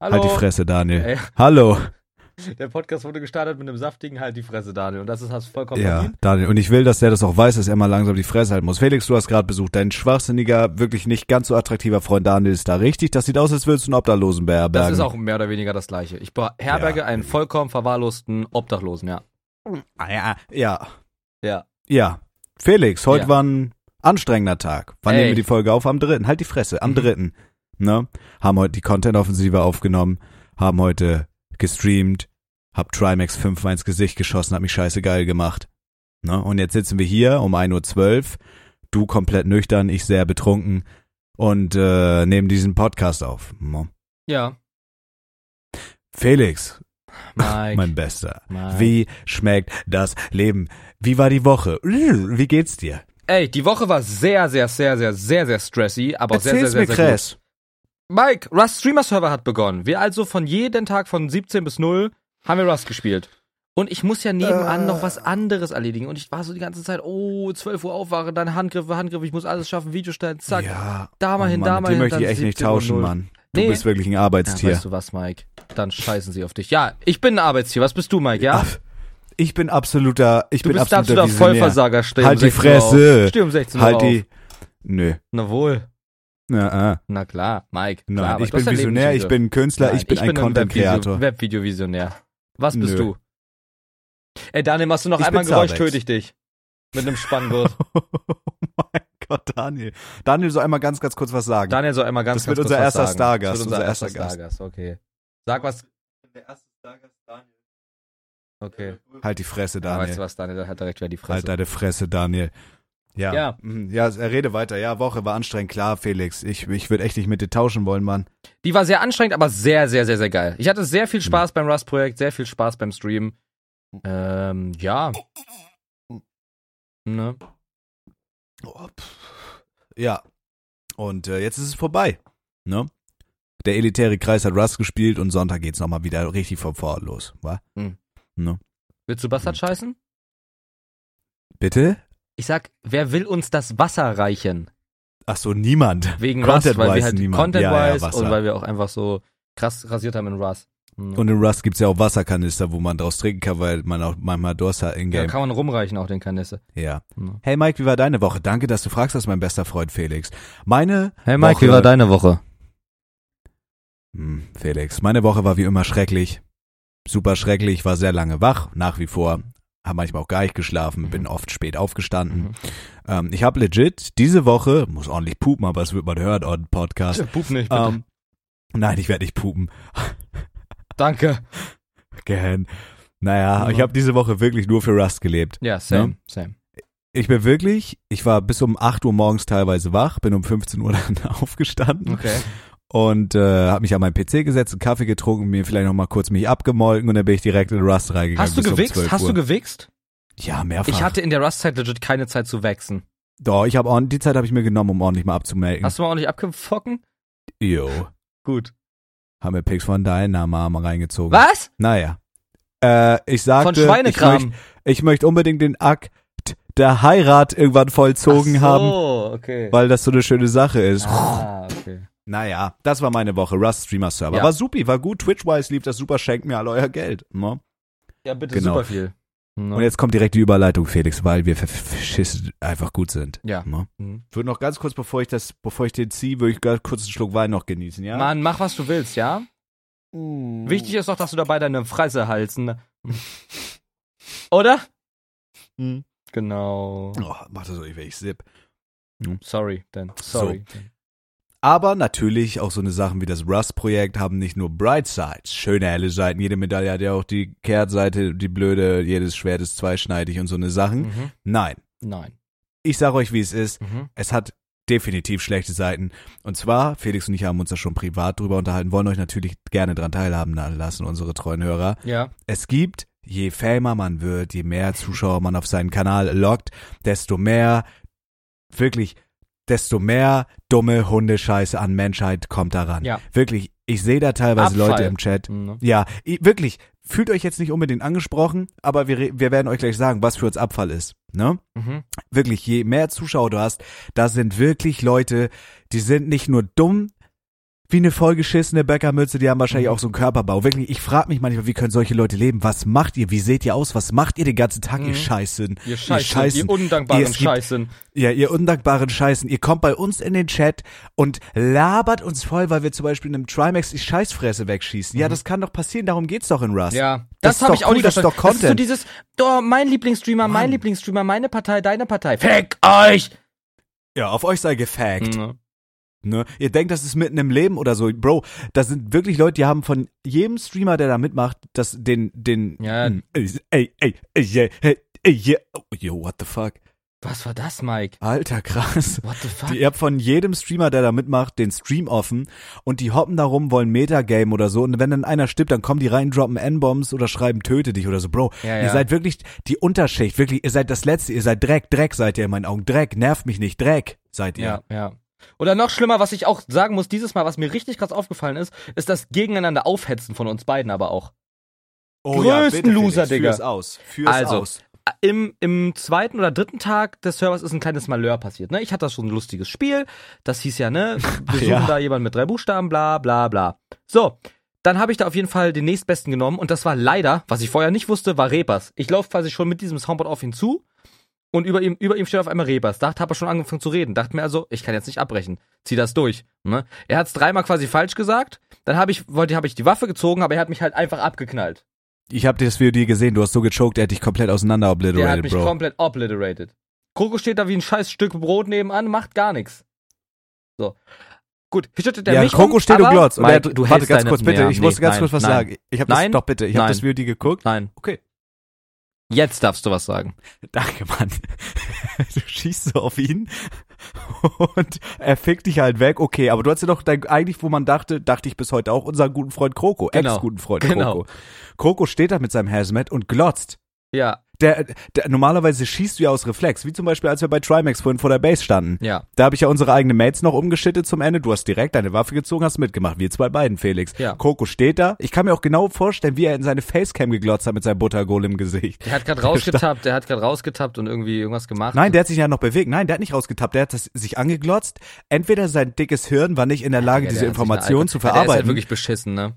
Hallo. Halt die Fresse, Daniel. Ey. Hallo. Der Podcast wurde gestartet mit einem saftigen Halt die Fresse, Daniel. Und das ist hast du vollkommen Ja, verdient. Daniel. Und ich will, dass der das auch weiß, dass er mal langsam die Fresse halten muss. Felix, du hast gerade besucht. Dein schwachsinniger, wirklich nicht ganz so attraktiver Freund Daniel ist da richtig. Das sieht aus, als würdest du einen Obdachlosen beherbergen. Das ist auch mehr oder weniger das Gleiche. Ich beherberge Ja. einen vollkommen verwahrlosten Obdachlosen, ja. Ah, ja. Ja. Ja. Ja. Felix, heute Ja. war ein anstrengender Tag. Wann Ey. nehmen wir die Folge auf? Am dritten. Halt die Fresse. Am Mhm. dritten. Ne? Haben heute die Content-Offensive aufgenommen, haben heute gestreamt, hab Trimax 5 mal ins Gesicht geschossen, hab mich scheiße geil gemacht. Ne? Und jetzt sitzen wir hier um 1.12 Uhr, du komplett nüchtern, ich sehr betrunken und äh, nehmen diesen Podcast auf. Ne? Ja. Felix, Mike. mein Bester, Mike. wie schmeckt das Leben? Wie war die Woche? Wie geht's dir? Ey, die Woche war sehr, sehr, sehr, sehr, sehr, sehr stressy, aber auch sehr, sehr, Erzähl's sehr, mir, sehr, gut. Chris. Mike, Rust Streamer Server hat begonnen. Wir also von jeden Tag von 17 bis 0 haben wir Rust gespielt. Und ich muss ja nebenan Äh. noch was anderes erledigen. Und ich war so die ganze Zeit, oh, 12 Uhr aufwachen, dann Handgriffe, Handgriffe, ich muss alles schaffen, Video stellen, zack. Ja. Oh Da mal hin, Mann, da mit mal dir hin. möchte dann ich echt nicht 17 Uhr tauschen, null. Mann. Du Nee. bist wirklich ein Ja, Arbeitstier. weißt du was, Mike? Dann scheißen sie auf dich. Ja, ich bin ein Arbeitstier. Was bist du, Mike? Ja? Ach, ich bin absoluter, ich du bin bist absoluter absoluter Visionär. Vollversager. Steh um Halt die 16 Uhr auf. Fresse. Steh um 16 Uhr Halt auf. die. Nö. Na wohl. Na, äh, Na klar, Mike. nein, klar, aber ich du hast bin dein Leben Visionär, nicht ich im bin Künstler, Nein, ich bin ein ein Content-Creator. Webvideo- Webvideo-Visionär. Was bist Nö. du? Ey, Daniel, machst du noch Ich einmal ein bin Geräusch, Zarex. töte ich dich. Mit einem Spanngurt. Oh mein Gott, Daniel. Daniel soll einmal ganz, ganz kurz was sagen. Daniel soll einmal ganz, Das ganz wird kurz unser was erster sagen. Stargast, Das wird unser unser erster erster Stargast, okay. Sag was. Der erste Stargast Daniel. Okay. Halt die Fresse, Daniel. Weißt du was, Daniel, da hat direkt wieder die Fresse. halt deine Fresse, Daniel. Ja. Ja. Mhm, ja, rede weiter. Ja, Woche war anstrengend, klar, Felix. Ich, ich würde echt nicht mit dir tauschen wollen, Mann. Die war sehr anstrengend, aber sehr, sehr, sehr, sehr geil. Ich hatte sehr viel Spaß beim Rust-Projekt, sehr viel Spaß beim Stream. Ähm, ja. Ne? Oh, pff. Ja. Und äh, jetzt ist es vorbei. Ne? Der elitäre Kreis hat Rust gespielt und Sonntag geht's nochmal wieder richtig vom Vorort los. Wa? Willst du Bastard scheißen? Bitte? Ich sag, wer will uns das Wasser reichen? Ach so, niemand. Wegen Content-wise Rust, weil wir halt niemand. Ja, ja, Content-wise Wasser. und weil wir auch einfach so krass rasiert haben in Rust. Mhm. Und in Rust gibt's ja auch Wasserkanister, wo man draus trinken kann, weil man auch manchmal Durst hat da in-game. kann man rumreichen auch den Kanister. Ja, Mhm. Hey Mike, wie war deine Woche? Danke, dass du fragst, das ist mein bester Freund Felix. Meine Hey Mike, wie war deine Woche? Hm, Felix, meine Woche war wie immer schrecklich. Super schrecklich, war sehr lange wach, nach wie vor. Hab manchmal auch gar nicht geschlafen, bin oft spät aufgestanden. Mhm. Ähm, ich habe legit diese Woche, muss ordentlich pupen, aber es wird man hören, on Podcast. Pup nicht, bitte. Ähm, nein, ich werde nicht pupen. Danke. Gehen. Naja, Mhm. ich habe diese Woche wirklich nur für Rust gelebt. Ja, same, Ne? same. Ich bin wirklich, ich war bis um 8 Uhr morgens teilweise wach, bin um 15 Uhr dann aufgestanden. Okay. und äh, habe mich an meinen PC gesetzt, einen Kaffee getrunken, mir vielleicht noch mal kurz mich abgemolken und dann bin ich direkt in Rust reingegangen. Hast du bis gewichst? Um 12 Hast Uhr. du gewichst? Ja, mehrfach. Ich hatte in der Rust-Zeit legit keine Zeit zu wachsen. Doch, ich habe die Zeit habe ich mir genommen, um ordentlich mal abzumelden. Hast du mal auch nicht abgefocken? Jo, Gut. haben mir Pics von Dynamama reingezogen. Was? Naja. Äh, ich sagte, Von Schweinekram. ich möchte ich möcht unbedingt den Akt der Heirat irgendwann vollzogen Ach so, haben, okay. weil das so eine schöne Sache ist. ah, okay. Naja, das war meine Woche, Rust Streamer Server. Ja. War supi, war gut, Twitch-wise lief das super, schenkt mir all euer Geld. Ne? Ja, bitte Genau. super viel. Ne? Und jetzt kommt direkt die Überleitung, Felix, weil wir verschissen einfach gut sind. Ja. Ne? Mhm. Würde noch ganz kurz, bevor ich das, bevor ich den ziehe, würde ich ganz kurz einen Schluck Wein noch genießen, ja? Mann, mach was du willst, ja? Wichtig ist doch, dass du dabei deine Fresse halsen. Oder? Hm. Genau. Oh, mach das doch nicht, wenn ich sipp. Sorry, dann. Sorry. Dan. Aber natürlich auch so eine Sachen wie das Rust-Projekt haben nicht nur Bright Sides, schöne helle Seiten. Jede Medaille hat ja auch die Kehrtseite, die blöde, jedes Schwert ist zweischneidig und so eine Sachen. Mhm. Nein. Nein. Ich sage euch, wie es ist. Mhm. es hat definitiv schlechte Seiten. Und zwar, Felix und ich haben uns da schon privat drüber unterhalten, wollen euch natürlich gerne dran teilhaben lassen, unsere treuen Hörer. Ja. Es gibt, je famer man wird, je mehr Zuschauer man auf seinen Kanal lockt, desto mehr, wirklich, desto mehr dumme Hundescheiße an Menschheit kommt daran. Ja. Wirklich, ich sehe da teilweise Abfall. Leute im Chat. Mhm. Ja, i- wirklich, fühlt euch jetzt nicht unbedingt angesprochen, aber wir, re- wir werden euch gleich sagen, was für uns Abfall ist. Ne? Mhm. wirklich, je mehr Zuschauer du hast, da sind wirklich Leute, die sind nicht nur dumm, wie eine vollgeschissene Bäckermütze, die haben wahrscheinlich Mhm. auch so einen Körperbau. Wirklich, ich frage mich manchmal, wie können solche Leute leben? Was macht ihr? Wie seht ihr aus? Was macht ihr den ganzen Tag, ihr Scheißen? Mhm. Ihr Scheißen, ihr undankbaren Ihr- es gibt- Scheißen. Ja, ihr undankbaren Scheißen. Ihr kommt bei uns in den Chat und labert uns voll, weil wir zum Beispiel in einem Trimax die Scheißfresse wegschießen. Ja, das kann doch passieren, darum geht's doch in Rust. Mhm. Ja, das, Das ist habe doch ich auch cool, nicht das ist verstanden. doch Das ist so Content. dieses, oh, mein Lieblingsstreamer, Mann. mein Lieblingsstreamer, meine Partei, deine Partei. Fick euch! Ja, auf euch sei Mhm. gefakt. Ne? Ihr denkt, das ist mitten im Leben oder so. Bro, das sind wirklich Leute, die haben von jedem Streamer, der da mitmacht, das den, den. Ja. Hm, Ey, ey, ey, ey, ey, ey, ey, oh, yo, what the fuck? Was war das, Mike? Alter, krass. What the fuck? Die, ihr habt von jedem Streamer, der da mitmacht, den Stream offen und die hoppen da rum, wollen Metagame oder so und wenn dann einer stirbt, dann kommen die rein, droppen N-Bombs oder schreiben töte dich oder so. Bro, Ja, ihr ja. seid wirklich die Unterschicht, wirklich, ihr seid das Letzte, ihr seid Dreck, Dreck seid ihr in meinen Augen, Dreck, nervt mich nicht, Dreck seid ihr. Ja, ja. Oder noch schlimmer, was ich auch sagen muss, dieses Mal, was mir richtig krass aufgefallen ist, ist das Gegeneinander aufhetzen von uns beiden aber auch. Oh, Größten Loser, Felix, Digga. Führ's aus, führ's Also, aus. Im, Im zweiten oder dritten Tag des Servers ist ein kleines Malheur passiert. Ne? Ich hatte da schon ein lustiges Spiel. Das hieß ja, ne, wir suchen Ja. da jemanden mit drei Buchstaben, bla bla bla. So, dann habe ich da auf jeden Fall den nächstbesten genommen und das war leider, was ich vorher nicht wusste, war Rebers. Ich laufe quasi schon mit diesem Soundboard auf ihn zu und über ihm, über ihm steht auf einmal Rebers. Dachte, habe er schon angefangen zu reden. Dachte mir also, ich kann jetzt nicht abbrechen. Zieh das durch. Ne? Er hat es dreimal quasi falsch gesagt. Dann habe ich, wollte, habe ich die Waffe gezogen, aber er hat mich halt einfach abgeknallt. Ich hab das Video dir gesehen, du hast so gechoked, er hat dich komplett auseinander Der hat obliterated, mich Bro. komplett obliterated. Kroko steht da wie ein scheiß Stück Brot nebenan, macht gar nichts. So. Gut, hier schüttet er Ja, mich Kroko um, steht aber und glotzt. Und er, Mike, hat- du warte hältst ganz deine- kurz, bitte, Ja, ich muss nee, ganz nein, kurz was nein, sagen. Ich hab das, Nein, doch bitte, ich hab nein. das Video geguckt. Nein, Okay. jetzt darfst du was sagen. Danke, Mann. Du schießt so auf ihn und er fickt dich halt weg. Okay, aber du hast ja doch dein, eigentlich, wo man dachte, dachte ich bis heute auch, unseren guten Freund Kroko, Genau. ex-guten Freund Genau. Kroko. Kroko steht da mit seinem Hazmat und glotzt. Ja, Der, der, normalerweise schießt du ja aus Reflex, wie zum Beispiel, als wir bei Trimax vorhin vor der Base standen. ja, Da habe ich ja unsere eigenen Mates noch umgeschüttet zum Ende. Du hast direkt deine Waffe gezogen, hast mitgemacht. Wir zwei beiden, Felix. Ja. Coco steht da. Ich kann mir auch genau vorstellen, wie er in seine Facecam geglotzt hat mit seinem Buttergol im Gesicht. der hat gerade rausgetappt, der hat gerade rausgetappt und irgendwie irgendwas gemacht. Nein, der hat sich ja noch bewegt. Nein, der hat nicht rausgetappt. Der hat das, sich angeglotzt. Entweder sein dickes Hirn war nicht in der Lage, Digga, der diese hat sich Informationen eine zu Alkohol- Ja, Der ist halt verarbeiten. wirklich beschissen, ne?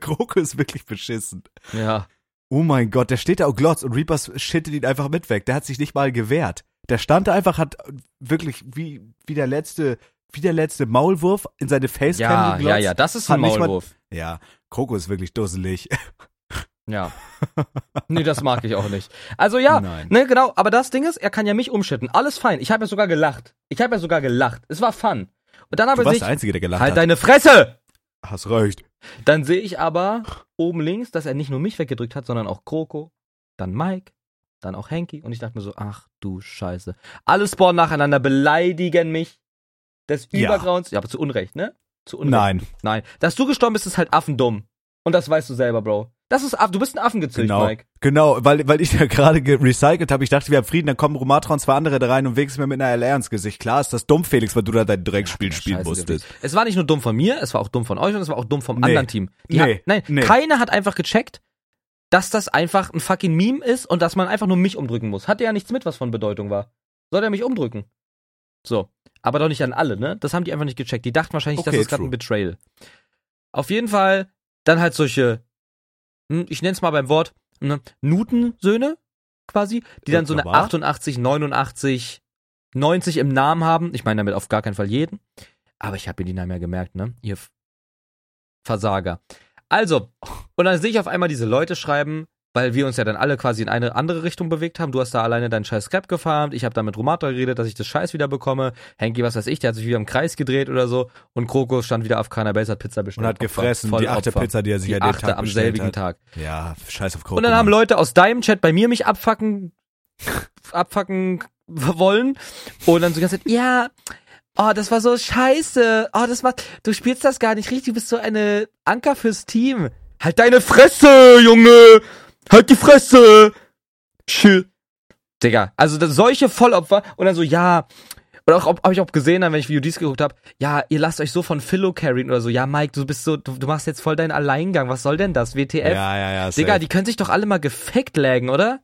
Kroko ist wirklich beschissen. Ja. Oh mein Gott, der steht da und glotzt und Reapers shittet ihn einfach mit weg. Der hat sich nicht mal gewehrt. Der stand da einfach, hat wirklich wie, wie der letzte, wie der letzte Maulwurf in seine Facecam Ja, geglotzt. ja, ja, das ist ein Hat nicht mal- Maulwurf. Ja, Kroko ist wirklich dusselig. Ja. Nee, das mag ich auch nicht. Also ja, Nein. ne, genau, aber das Ding ist, er kann ja mich umschütten. Alles fein. Ich habe ja sogar gelacht. Ich habe ja sogar gelacht. Es war fun. Und dann Du habe warst ich der Einzige, der gelacht Halt hat. deine Fresse! Hast recht. Dann sehe ich aber oben links, dass er nicht nur mich weggedrückt hat, sondern auch Kroko, dann Mike, dann auch Henky. Und ich dachte mir so, ach du Scheiße. Alle spawnen nacheinander, beleidigen mich des Ja. Übergrauens. Ja, aber zu Unrecht, ne? Zu Unrecht. Nein, Nein. Dass du gestorben bist, ist halt affendumm. Und das weißt du selber, Bro. Das ist Aff Du bist ein Affengezücht, genau. Mike. Genau, weil, weil ich ja gerade gerecycelt habe. Ich dachte, wir haben Frieden, dann kommen Romatra und zwei andere da rein und winkst mir mit einer LR ins Gesicht. Klar ist das dumm, Felix, weil du da dein Dreckspiel Scheiße spielen gewesen. musstest. Es war nicht nur dumm von mir, es war auch dumm von euch und es war auch dumm vom Nee. anderen Team. Die Nee. Hat, nein, Nee. keiner hat einfach gecheckt, dass das einfach ein fucking Meme ist und dass man einfach nur mich umdrücken muss. Hatte ja nichts mit, was von Bedeutung war. Soll er mich umdrücken? So. Aber doch nicht an alle, ne? Das haben die einfach nicht gecheckt. Die dachten wahrscheinlich, Okay, das ist gerade true. ein Betrayal. Auf jeden Fall dann halt solche, hm, ich nenn's mal beim Wort, ne, Nutensöhne quasi, die dann so eine Wunderbar. 88, 89, 90 im Namen haben. Ich meine damit auf gar keinen Fall jeden. Aber ich habe mir die Namen ja gemerkt, ne? Ihr F- Versager. Also, und dann sehe ich auf einmal diese Leute schreiben, weil wir uns ja dann alle quasi in eine andere Richtung bewegt haben. Du hast da alleine deinen scheiß Scrap gefarmt, ich habe da mit Romata geredet, dass ich das Scheiß wieder bekomme. Henki, was weiß ich, der hat sich wieder im Kreis gedreht oder so. Und Kroko stand wieder auf keiner Base, hat Pizza Und bestellt. hat Opfer. gefressen, Voll die achte Opfer. Pizza, die er sich Die an den achte Tag am bestellt selbigen hat. Tag. Ja, scheiß auf Kroko. Und dann haben Mann. Leute aus deinem Chat bei mir mich abfacken, abfacken wollen. Und dann so die ganze Zeit, ja, oh, das war so scheiße. Oh, das macht, du spielst das gar nicht richtig, du bist so eine Anker fürs Team. Halt deine Fresse, Junge! Halt die Fresse! Chill. Digga, also das, solche Vollopfer und dann so, ja, oder auch, ob, ob ich auch gesehen habe, wenn ich Videos geguckt habe, ja, ihr lasst euch so von Philo carryen oder so, ja, Mike, du bist so, du, du machst jetzt voll deinen Alleingang, was soll denn das, WTF? Ja, ja, ja. safe. Digga, die können sich doch alle mal gefickt laggen, oder?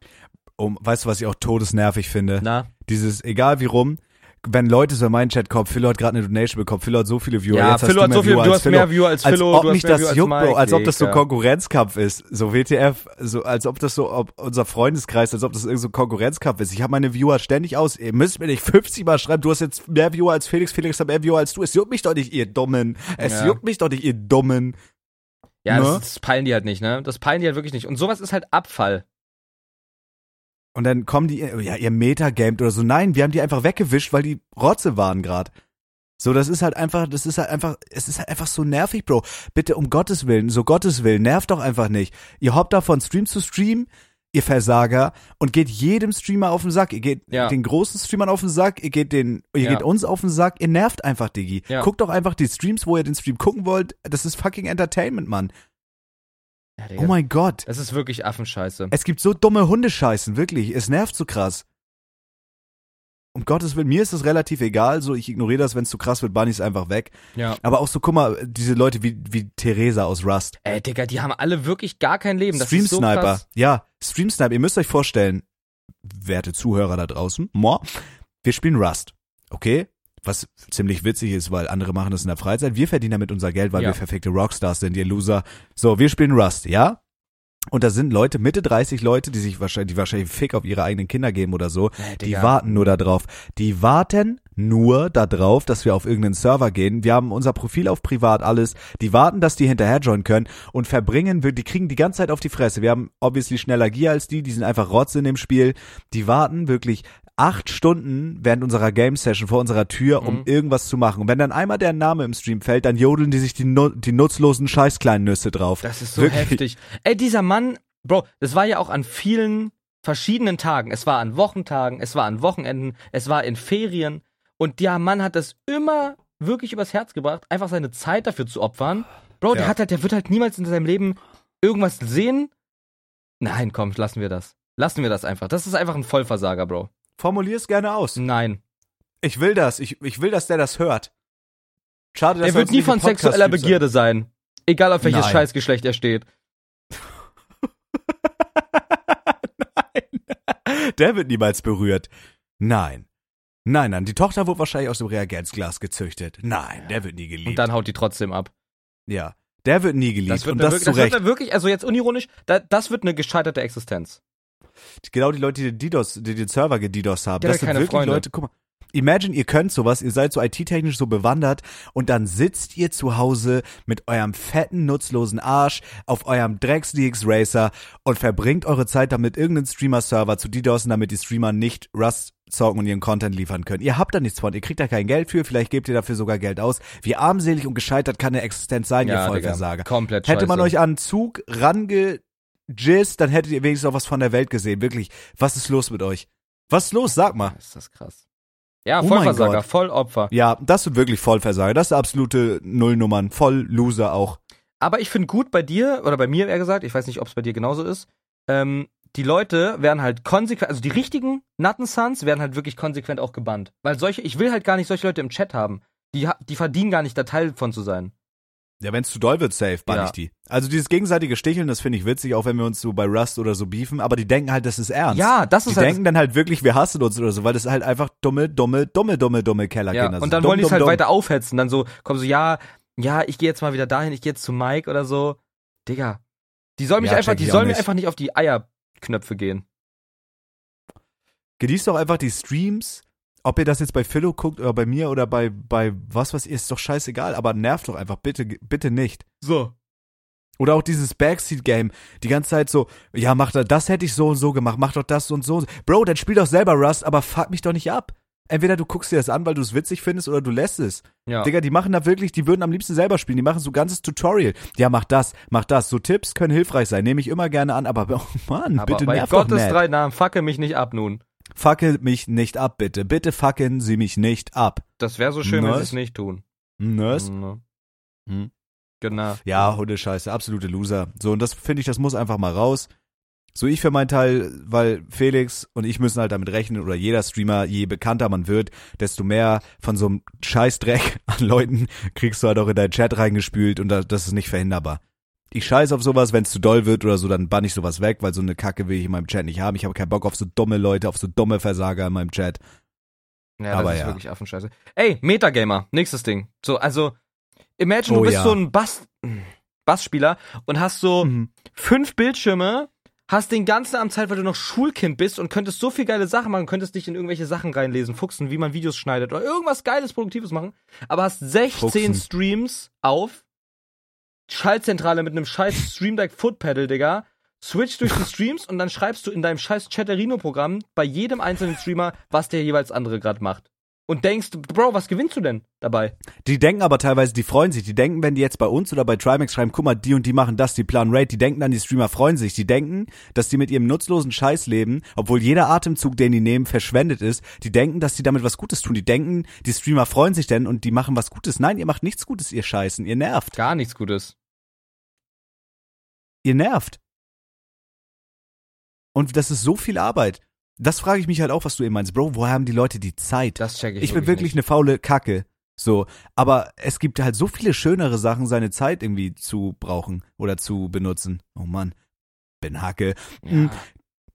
um, weißt du, was ich auch todesnervig finde? Na, Dieses, egal wie rum, wenn Leute so in meinen Chat kommen, Philo hat gerade eine Donation bekommen, Philo hat so viele Viewer, ja, jetzt Philo hast hat so du mehr viel, du Viewer als hast Philo. mehr Viewer als als Philo, ob du hast mich mehr das Viewer juckt, als Bro, als ob Mike, das so Digga. Konkurrenzkampf ist. So WTF, so als ob das so, ob unser Freundeskreis, als ob das irgend so ein Konkurrenzkampf ist. Ich habe meine Viewer ständig aus. Ihr müsst mir nicht 50 Mal schreiben, du hast jetzt mehr Viewer als Felix, Felix hat mehr Viewer als du. Es juckt mich doch nicht, ihr Dummen. Es Ja. juckt mich doch nicht, ihr Dummen. Ja, Ne? das, das peilen die halt nicht, ne? Das peilen die halt wirklich nicht. Und sowas ist halt Abfall. Und dann kommen die, ja, ihr Metagamed oder so. Nein, wir haben die einfach weggewischt, weil die Rotze waren gerade. So, das ist halt einfach, das ist halt einfach, es ist halt einfach so nervig, Bro. Bitte um Gottes Willen, so Gottes Willen, nervt doch einfach nicht. Ihr hoppt da von Stream zu Stream, ihr Versager, und geht jedem Streamer auf den Sack. Ihr geht Ja. den großen Streamern auf den Sack, ihr geht den, ihr Ja. geht uns auf den Sack, ihr nervt einfach, Digi. Ja. Guckt doch einfach die Streams, wo ihr den Stream gucken wollt. Das ist fucking Entertainment, Mann. Ja, Digga. Oh mein Gott. Das ist wirklich Affenscheiße. Es gibt so dumme Hundescheißen, wirklich. Es nervt so krass. Um Gottes Willen, mir ist es relativ egal, so ich ignoriere das, wenn es zu krass wird, Bunny ist einfach weg. Ja. Aber auch so, guck mal, diese Leute wie, wie Theresa aus Rust. Ey, Digga, die haben alle wirklich gar kein Leben. Das Stream ist so Sniper. krass. ja, Stream Sniper, ihr müsst euch vorstellen, werte Zuhörer da draußen, moi, wir spielen Rust. Okay? Was ziemlich witzig ist, weil andere machen das in der Freizeit. Wir verdienen damit unser Geld, weil Ja. wir verfickte Rockstars sind, ihr Loser. So, wir spielen Rust, ja? Und da sind Leute, Mitte 30 Leute, die sich wahrscheinlich, die wahrscheinlich einen Fick auf ihre eigenen Kinder geben oder so. Ey, Die Digga. warten nur darauf. Die warten nur darauf, dass wir auf irgendeinen Server gehen. Wir haben unser Profil auf privat, alles. Die warten, dass die hinterher joinen können und verbringen, wir- die kriegen die ganze Zeit auf die Fresse. Wir haben obviously schneller Gier als die, die sind einfach Rotz in dem Spiel. Die warten wirklich acht Stunden während unserer Game-Session vor unserer Tür, um Mhm. irgendwas zu machen. Und wenn dann einmal der Name im Stream fällt, dann jodeln die sich die, nu die nutzlosen scheißkleinen Nüsse drauf. Das ist so Wirklich. heftig. Ey, dieser Mann, Bro, das war ja auch an vielen verschiedenen Tagen. Es war an Wochentagen, es war an Wochenenden, es war in Ferien. Und der Mann hat das immer wirklich übers Herz gebracht, einfach seine Zeit dafür zu opfern. Bro, der Ja. hat halt, der wird halt niemals in seinem Leben irgendwas sehen. Nein, komm, lassen wir das. Lassen wir das einfach. Das ist einfach ein Vollversager, Bro. Formulier's gerne aus. Nein. Ich will das. Ich, ich will, dass der das hört. Schade, dass Er wird uns nie nicht im von Podcast sexueller gibt. Begierde sein. Egal auf welches Nein. Scheißgeschlecht er steht. Der wird niemals berührt. Nein. Nein, nein, die Tochter wurde wahrscheinlich aus dem Reagenzglas gezüchtet. Nein, der wird nie geliebt. Und dann haut die trotzdem ab. ja, der wird nie geliebt. Das wird, und mir das wirklich, zu das wird Recht. mir wirklich, also jetzt unironisch, da, das wird eine gescheiterte Existenz. Genau die Leute, die, DDoS, die den Server gedidos haben. Der das hat sind keine wirklich Freunde. Leute, guck mal. Imagine, ihr könnt sowas, ihr seid so IT-technisch so bewandert und dann sitzt ihr zu Hause mit eurem fetten, nutzlosen Arsch auf eurem Drecks-DX-Racer und verbringt eure Zeit damit, irgendeinen Streamer-Server zu DDoSen, damit die Streamer nicht Rust zocken und ihren Content liefern können. Ihr habt da nichts von, ihr kriegt da kein Geld für, vielleicht gebt ihr dafür sogar Geld aus. Wie armselig und gescheitert kann eine Existenz sein, ihr Digga, Vollversager? Komplett Hätte man scheiße. euch an einen Zug rangejizzt, dann hättet ihr wenigstens auch was von der Welt gesehen. Wirklich, was ist los mit euch? Was ist los? Sag mal. Ist das krass. Ja, Oh mein Vollversager, Gott. Vollopfer. Ja, das sind wirklich Vollversager. Das sind absolute Nullnummern. Voll Loser auch. Aber ich finde gut bei dir, oder bei mir eher gesagt, ich weiß nicht, ob es bei dir genauso ist, ähm, die Leute werden halt konsequent, also die richtigen Nattensons werden halt wirklich konsequent auch gebannt. Weil solche, ich will halt gar nicht solche Leute im Chat haben. Die, ha- die verdienen gar nicht, da Teil von zu sein. Ja, wenn es zu doll wird, safe, bann Ja. ich die. Also dieses gegenseitige Sticheln, das finde ich witzig, auch wenn wir uns so bei Rust oder so beefen, aber die denken halt, das ist ernst. Ja, das Die ist halt denken dann halt wirklich, wir hassen uns oder so, weil das halt einfach dumme, dumme, dumme, dumme, dumme Kellerkinder Ja, sind. und dann dumm, wollen die es dumm, halt dumm. weiter aufhetzen. Dann so, komm so, ja, ja, ich gehe jetzt mal wieder dahin, ich gehe jetzt zu Mike oder so. Digga, die sollen mich Ja, einfach, check die ich auch sollen mir nicht. einfach nicht auf die Eierknöpfe gehen. genießt doch einfach die Streams. Ob ihr das jetzt bei Philo guckt oder bei mir oder bei, bei was was ihr, ist doch scheißegal, aber nervt doch einfach, bitte, bitte nicht. So. Oder auch dieses Backseat-Game, die ganze Zeit so, ja, mach da, das hätte ich so und so gemacht, mach doch das und so. Bro, dann spiel doch selber Rust, aber fuck mich doch nicht ab. Entweder du guckst dir das an, weil du es witzig findest, oder du lässt es. Ja. Digga, die machen da wirklich, die würden am liebsten selber spielen, die machen so ein ganzes Tutorial. Ja, mach das, mach das. So Tipps können hilfreich sein, nehme ich immer gerne an, aber oh Mann, Aber bitte bei nerv doch Gottes nicht. drei Namen, fucke mich nicht ab nun. Fackel mich nicht ab, bitte. Bitte fackeln Sie mich nicht ab. Das wäre so schön, wenn sie es Nice. nicht tun. Nurse? Mhm. Mhm. Genau. Ja, Hundescheiße, absolute Loser. So, und das finde ich, das muss einfach mal raus. So, ich für meinen Teil, weil Felix und ich müssen halt damit rechnen, oder jeder Streamer, je bekannter man wird, desto mehr von so einem Scheißdreck an Leuten kriegst du halt auch in deinen Chat reingespült und da- das ist nicht verhinderbar. Ich scheiße auf sowas, wenn es zu doll wird oder so, dann bann ich sowas weg, weil so eine Kacke will ich in meinem Chat nicht haben. Ich habe keinen Bock auf so dumme Leute, auf so dumme Versager in meinem Chat. Ja, Aber das ist ja. wirklich Affenscheiße. Ey, Metagamer, nächstes Ding. So, also, imagine, du Oh bist ja. Mhm. so ein Bass, Bassspieler und hast so fünf Bildschirme, hast den ganzen Abend Zeit, weil du noch Schulkind bist und könntest so viel geile Sachen machen, könntest dich in irgendwelche Sachen reinlesen, fuchsen, wie man Videos schneidet oder irgendwas Geiles, Produktives machen, aber hast 16 Fuchsen. Streams auf, Schaltzentrale mit einem scheiß Stream Deck Foot Pedal, Digga, switch durch die Streams und dann schreibst du in deinem scheiß Chatterino-Programm bei jedem einzelnen Streamer, was der jeweils andere gerade macht. Und denkst, Bro, was gewinnst du denn dabei? Die denken aber teilweise, die freuen sich. Die denken, wenn die jetzt bei uns oder bei Trimax schreiben, guck mal, die und die machen das, die planen Raid, die denken dann, die Streamer freuen sich. Die denken, dass die mit ihrem nutzlosen Scheiß leben, obwohl jeder Atemzug, den die nehmen, verschwendet ist. Die denken, dass die damit was Gutes tun. Die denken, die Streamer freuen sich denn und die machen was Gutes. Nein, ihr macht nichts Gutes, ihr Scheißen. Ihr nervt. Gar nichts Gutes. Ihr nervt. Und das ist so viel Arbeit. Das frage ich mich halt auch, was du eben meinst. Bro, woher haben die Leute die Zeit? Das check ich ich bin wirklich eine faule Kacke. So, aber es gibt halt so viele schönere Sachen, seine Zeit irgendwie zu brauchen oder zu benutzen. Oh Mann, bin Hacke. nicht. Ja.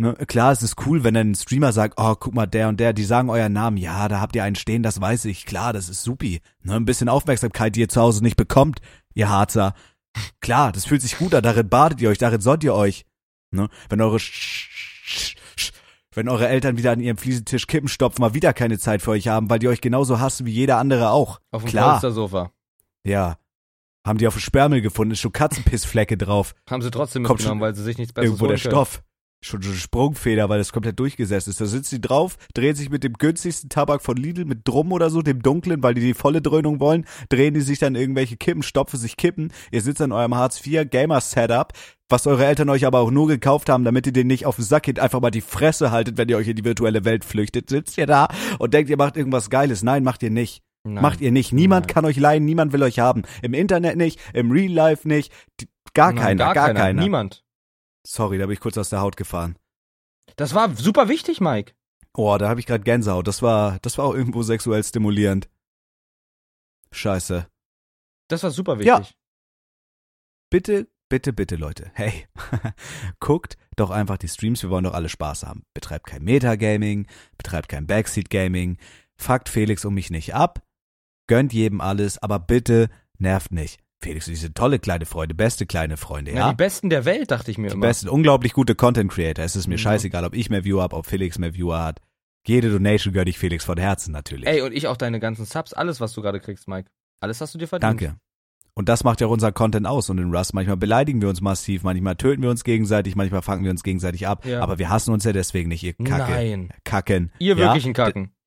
Ne? Klar, es ist cool, wenn dann ein Streamer sagt, oh, guck mal, der und der, die sagen euren Namen. Ja, da habt ihr einen stehen, das weiß ich. Klar, das ist supi. Ne? Ein bisschen Aufmerksamkeit, die ihr zu Hause nicht bekommt, ihr Harzer. Klar, das fühlt sich gut an, darin badet ihr euch, darin sonnt ihr euch. Ne? Wenn eure Sch- Sch- Sch- wenn eure Eltern wieder an ihrem Fliesentisch Kippen stopfen, mal wieder keine Zeit für euch haben, weil die euch genauso hassen wie jeder andere auch. Auf dem Klar, Polstersofa. ja. Haben die auf dem Sperrmüll gefunden, ist schon Katzenpissflecke drauf. Haben sie trotzdem Kommt mitgenommen, schon weil sie sich nichts Besseres irgendwo der holen können. Stoff. Schon schon Sprungfeder, weil das komplett durchgesetzt ist. Da sitzt sie drauf, drehen sich mit dem günstigsten Tabak von Lidl, mit Drum oder so, dem dunklen, weil die die volle Dröhnung wollen, drehen die sich dann irgendwelche Kippen, stopfen sich Kippen. Ihr sitzt an eurem Hartz IV Gamer Setup, was eure Eltern euch aber auch nur gekauft haben, damit ihr den nicht auf den Sack geht, einfach mal die Fresse haltet, wenn ihr euch in die virtuelle Welt flüchtet. Sitzt ihr da und denkt, ihr macht irgendwas Geiles. Nein, macht ihr nicht. Nein. Macht ihr nicht. Niemand Nein. kann euch leihen, niemand will euch haben. Im Internet nicht, im Real Life nicht. Die- Gar Nein, keiner, gar, keiner. Niemand. Sorry, da bin ich kurz aus der Haut gefahren. Das war super wichtig, Mike. Oh, da habe ich gerade Gänsehaut. Das war, das war auch irgendwo sexuell stimulierend. Scheiße. Das war super Ja. wichtig. Bitte, bitte, bitte, Leute. Hey, guckt doch einfach die Streams. Wir wollen doch alle Spaß haben. Betreibt kein Metagaming, betreibt kein Backseat-Gaming. Fuckt Felix und mich nicht ab. Gönnt jedem alles, aber bitte nervt nicht. Felix ist diese tolle kleine Freunde, beste kleine Freunde, Na, ja? die Besten der Welt, dachte ich mir Die immer. besten, unglaublich gute Content Creator. Es ist mir Ja. scheißegal, ob ich mehr Viewer hab, ob Felix mehr Viewer hat. Jede Donation gönne ich Felix von Herzen natürlich. Ey, und ich auch deine ganzen Subs, alles, was du gerade kriegst, Mike. Alles hast du dir verdient. Danke. Und das macht ja auch unseren Content aus. Und in Rust manchmal beleidigen wir uns massiv, manchmal töten wir uns gegenseitig, manchmal fangen wir uns gegenseitig ab. Ja. Aber wir hassen uns ja deswegen nicht, ihr Kacke. Nein. Kacken. Ihr ja? wirklichen Kacken.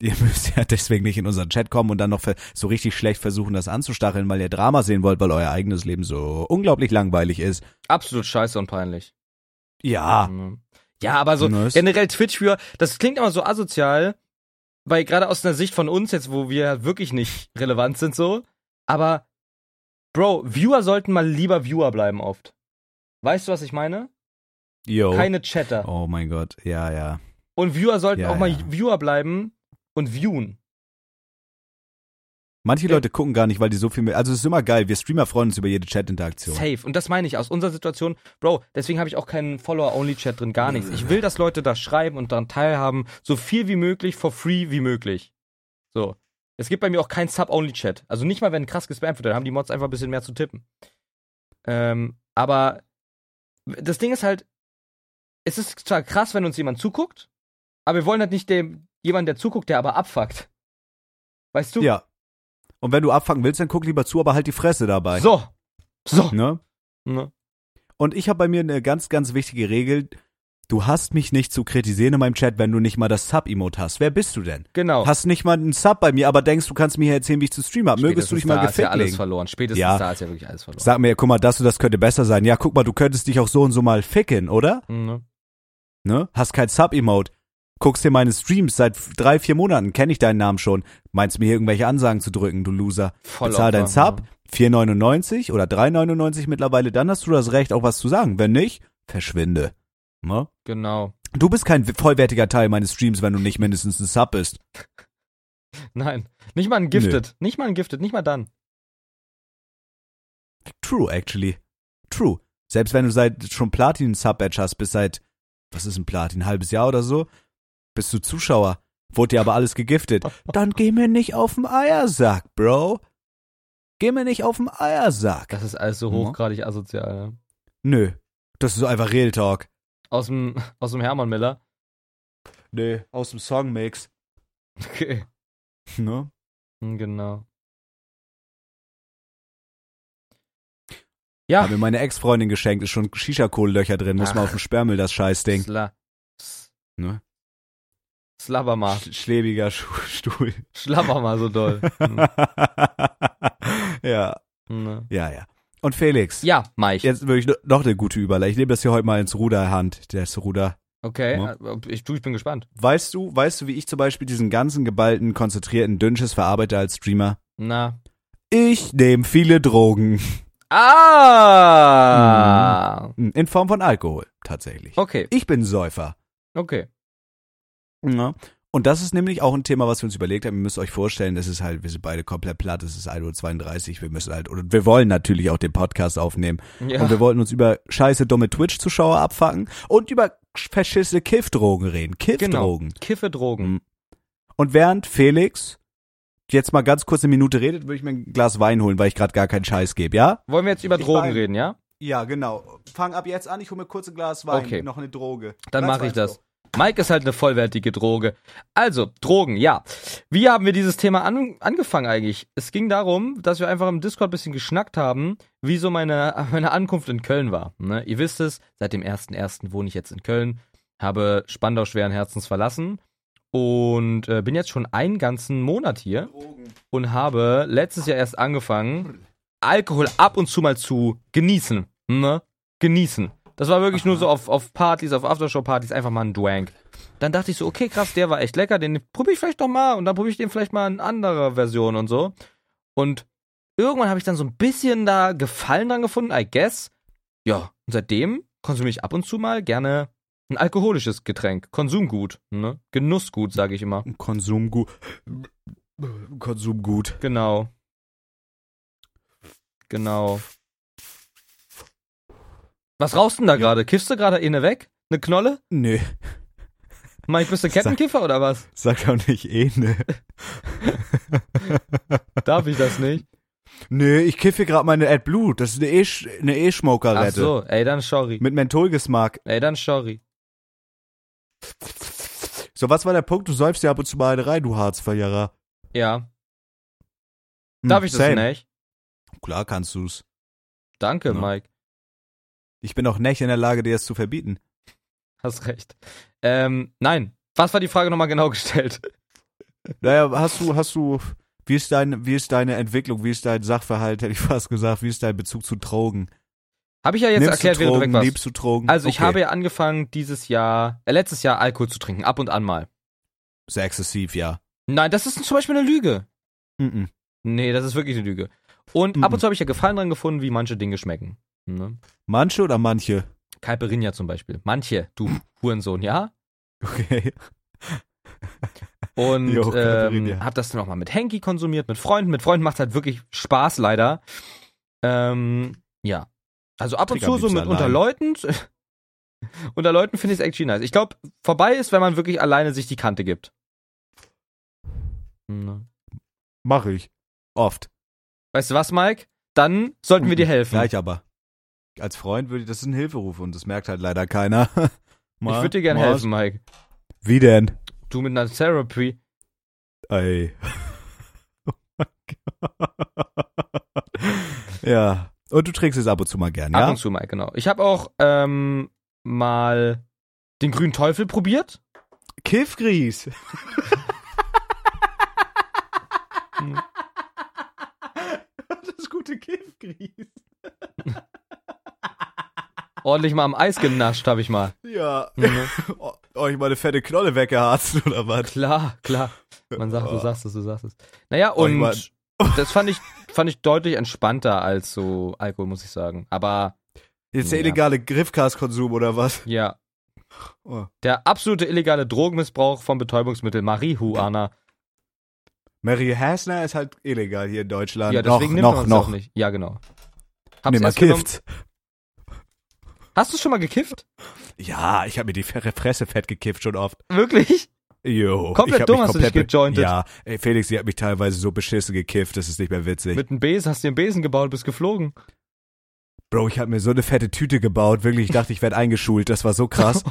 Ihr müsst ja deswegen nicht in unseren Chat kommen und dann noch ver- so richtig schlecht versuchen, das anzustacheln, weil ihr Drama sehen wollt, weil euer eigenes Leben so unglaublich langweilig ist. Absolut scheiße und peinlich. Ja. Mhm. Ja, aber so Nice. generell Twitch für, das klingt immer so asozial, weil gerade aus einer Sicht von uns jetzt, wo wir wirklich nicht relevant sind so, aber Bro, Viewer sollten mal lieber Viewer bleiben oft. Weißt du, was ich meine? Yo. Keine Chatter. oh mein Gott. Ja, ja. Und Viewer sollten Ja, auch mal ja. Viewer bleiben und viewen. Manche Ja. Leute gucken gar nicht, weil die so viel mehr. Also es ist immer geil. Wir Streamer freuen uns über jede Chat-Interaktion. Safe. Und das meine ich aus unserer Situation. Bro, deswegen habe ich auch keinen Follower-Only-Chat drin, gar nichts. Ich will, dass Leute da schreiben und daran teilhaben, so viel wie möglich, for free wie möglich. So. Es gibt bei mir auch keinen Sub-Only-Chat. Also nicht mal, wenn krass gespammt wird, dann haben die Mods einfach ein bisschen mehr zu tippen. Ähm, aber das Ding ist halt, es ist zwar krass, wenn uns jemand zuguckt, aber wir wollen halt nicht dem, jemanden, der zuguckt, der aber abfuckt. Weißt du? Ja. Und wenn du abfangen willst, dann guck lieber zu, aber halt die Fresse dabei. So. So. Ne? Ne? Und ich habe bei mir eine ganz, ganz wichtige Regel. Du hast mich nicht zu kritisieren in meinem Chat, wenn du nicht mal das Sub-Emote hast. Wer bist du denn? Genau. Hast nicht mal einen Sub bei mir, aber denkst, du kannst mir hier erzählen, wie ich zu streamen habe. Mögest du dich Spätestens mal da ist ja gefickt alles legen? verloren. Spätestens Ja. da ist ja wirklich alles verloren. Sag mir, guck mal, das und das könnte besser sein. Ja, guck mal, du könntest dich auch so und so mal ficken, oder? Mhm. Ne? Hast kein Sub-Emote. Guckst dir meine Streams seit f- drei, vier Monaten, kenne ich deinen Namen schon. Meinst mir hier irgendwelche Ansagen zu drücken, du Loser? Voll Bezahl dein Opfer, Sub, 4,99 oder 3,99 mittlerweile, dann hast du das Recht, auch was zu sagen. Wenn nicht, verschwinde. Ne? Genau. Du bist kein vollwertiger Teil meines Streams, wenn du nicht mindestens ein Sub bist. Nein. Nicht mal ein Gifted. Nicht mal ein Gifted. Nicht mal dann. True, actually. True. Selbst wenn du seit schon Platin-Sub-Badge hast, bis seit, was ist ein Platin, ein halbes Jahr oder so, bist du Zuschauer. Wurde dir aber alles gegiftet. Dann geh mir nicht auf den Eiersack, Bro. Geh mir nicht auf den Eiersack. Das ist alles so Mhm. hochgradig asozial. Ne? Nö. Das ist einfach Real Talk. Aus dem, aus dem Hermann Miller. Nö, aus dem Songmix. Okay. Ne? Hm, Genau. Ja. Ja, Hat mir meine Ex-Freundin geschenkt, ist schon Shisha-Kohlenlöcher drin, muss Ach. man auf dem Sperrmüll das Scheißding. Sla S- Ne? Slabber mal. Sch schlebiger Schu- Stuhl. Schlabber mal so doll. Hm, ja, ne. ja, ja. Und Felix, Ja, Mike. jetzt wirklich no- noch eine gute Überleitung. Ich nehme das hier heute mal ins Ruderhand, das Ruder. Okay. Äh, Ja. Ich, du, ich bin gespannt. Weißt du, weißt du, wie ich zum Beispiel diesen ganzen geballten, konzentrierten Dünnschiss verarbeite als Streamer? Mhm. Na. Ich nehme viele Drogen. Ah! Hm, In Form von Alkohol, tatsächlich. Okay, Ich bin Säufer. okay. Ja. Und das ist nämlich auch ein Thema, was wir uns überlegt haben. Ihr müsst euch vorstellen, es ist halt, wir sind beide komplett platt, es ist 1.32 Uhr, wir müssen halt, und wir wollen natürlich auch den Podcast aufnehmen. Ja. Und wir wollten uns über scheiße dumme Twitch-Zuschauer abfacken und über verschissene Kiffdrogen reden. genau. Kiffdrogen. Kiffe Drogen. Mhm. Und während Felix jetzt mal ganz kurz eine Minute redet, würde ich mir ein Glas Wein holen, weil ich gerade gar keinen Scheiß gebe, ja? Wollen wir jetzt über Ich Drogen weiß- reden, ja? Ja, genau. Fang ab jetzt an, ich hole mir kurz ein Glas Wein, Okay. noch eine Droge. Dann mache ich das. Mike ist halt eine vollwertige Droge. Also, Drogen, ja. Wie haben wir dieses Thema an, angefangen eigentlich? Es ging darum, dass wir einfach im Discord ein bisschen geschnackt haben, wie so meine, meine Ankunft in Köln war. Ne? Ihr wisst es, seit dem 1.1. wohne ich jetzt in Köln, habe Spandau schweren Herzens verlassen und äh, bin jetzt schon einen ganzen Monat hier und habe letztes Jahr erst angefangen, Alkohol ab und zu mal zu genießen. Ne? Genießen. Das war wirklich nur so auf, auf Partys, auf Aftershow-Partys, einfach mal ein Dwank. Dann dachte ich so, okay, krass, der war echt lecker, den probiere ich vielleicht noch mal und dann probiere ich den vielleicht mal in anderer Version und so. Und irgendwann habe ich dann so ein bisschen da Gefallen dran gefunden, I guess. Ja, und seitdem konsumiere ich ab und zu mal gerne ein alkoholisches Getränk, Konsumgut, ne? Genussgut, sage ich immer. Konsumgut. Konsumgut. Genau. Genau. Was rauchst denn da gerade? Kiffst du gerade eine weg? Eine Knolle? Nö, Mike, bist du Kettenkiffer oder was? sag doch nicht eh, ne. Darf ich das nicht? Nö, ich kiffe gerade meine AdBlue. Das ist eine E-Sch- eine Ach E-Smokerette. so, ey, dann sorry. Mit Mentholgeschmack. Ey, dann sorry. So, was war der Punkt? Du säufst ja ab und zu mal eine rein, du Harzverjäger. Ja. Hm, Darf ich das same. nicht? Klar kannst du's. Danke, Ja. Mike. Ich bin auch nicht in der Lage, dir das zu verbieten. Hast recht. Ähm, nein. Was war die Frage nochmal genau gestellt? Naja, hast du, hast du, wie ist dein, wie ist deine Entwicklung, wie ist dein Sachverhalt, hätte ich fast gesagt, wie ist dein Bezug zu Drogen? Habe ich ja jetzt Nimmst erklärt, du während du Drogen, weg warst. liebst du Drogen? Also, ich Okay. habe ja angefangen, dieses Jahr, äh, letztes Jahr Alkohol zu trinken, ab und an mal. Sehr exzessiv, ja. Nein, das ist zum Beispiel eine Lüge. Mhm. Nee, das ist wirklich eine Lüge. Und ab und zu habe ich ja Gefallen dran gefunden, wie manche Dinge schmecken. Ne? Manche oder manche? Kalperinja zum Beispiel. Manche, du Hurensohn, ja? Okay. Und Jo, Kalperinja. ähm, hab das dann auch mal mit Henki konsumiert, mit Freunden. Mit Freunden macht halt wirklich Spaß, leider. Ähm, ja. Also ab und Trink zu am so mit liebsten unter allein. Leuten. unter Leuten finde ich es actually nice. Ich glaube, vorbei ist, wenn man wirklich alleine sich die Kante gibt. Ne. Mache ich. Oft. Weißt du was, Mike? Dann sollten wir dir helfen. Gleich aber. Als Freund würde ich, das ist ein Hilferuf und das merkt halt leider keiner. ich würde dir gerne helfen, Mike. Wie denn? Du mit einer Therapy. Ey. Oh ja. Und du trinkst es ab und zu mal gern, Ab ja? und zu mal, genau. Ich habe auch ähm, mal den grünen Teufel probiert. Kiffgries. das gute Kiffgries. Ordentlich mal am Eis genascht habe ich mal. Ja. Oh, Mhm. Euch mal eine fette Knolle weggeharzt oder was? Klar, klar. Man sagt, du Oh. sagst es, du sagst es. Naja, Oh, ich und mein- das fand ich, fand ich deutlich entspannter als so Alkohol, muss ich sagen. Aber Jetzt der Ja. illegale Griffgaskonsum oder was? ja, Oh. der absolute illegale Drogenmissbrauch von Betäubungsmitteln, Marihuana. Mary Hasner ist halt illegal hier in Deutschland. Ja, deswegen nimmt man Äh, noch, es noch, auch noch. nicht. Ja, genau. Hab's Nee, man erst genommen- kifft. Hast du schon mal gekifft? Ja, ich habe mir die Fre- Fresse fett gekifft schon oft. Wirklich? Jo. Komplett ich hab dumm mich hast du dich komplett be- gejointet. Ja, ey, Felix, die hat mich teilweise so beschissen gekifft, das ist nicht mehr witzig. Mit einem Besen hast du dir einen Besen gebaut und bist geflogen. Bro, ich habe mir so eine fette Tüte gebaut, wirklich, ich dachte, ich werde eingeschult, das war so krass.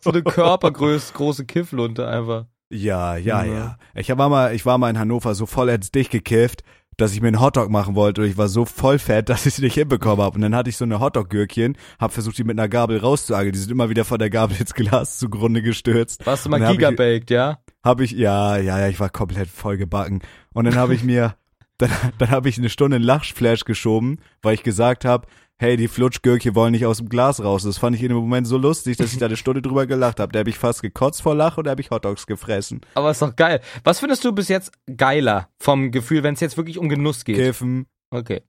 So eine Körpergröße, große Kifflunte einfach. Ja, ja, Ja. ja. Ich war mal, ich war mal in Hannover so vollends dicht gekifft, dass ich mir einen Hotdog machen wollte und ich war so voll fett, dass ich sie nicht hinbekommen habe. Und dann hatte ich so eine Hotdog-Gürkchen, hab versucht, die mit einer Gabel rauszuangeln. Die sind immer wieder von der Gabel ins Glas zugrunde gestürzt. Warst du Und mal dann hab ich- gigabaked, ja? Hab ich, ja, ja, ja, ich war komplett voll gebacken. Und dann habe ich mir, dann, dann habe ich eine Stunde einen Lachflash geschoben, weil ich gesagt habe, hey, die Flutschgürkchen wollen nicht aus dem Glas raus. Das fand ich in dem Moment so lustig, dass ich da eine Stunde drüber gelacht habe. Da habe ich fast gekotzt vor Lach und da habe ich Hotdogs gefressen. Aber ist doch geil. Was findest du bis jetzt geiler vom Gefühl, wenn es jetzt wirklich um Genuss geht? Kiffen, Okay.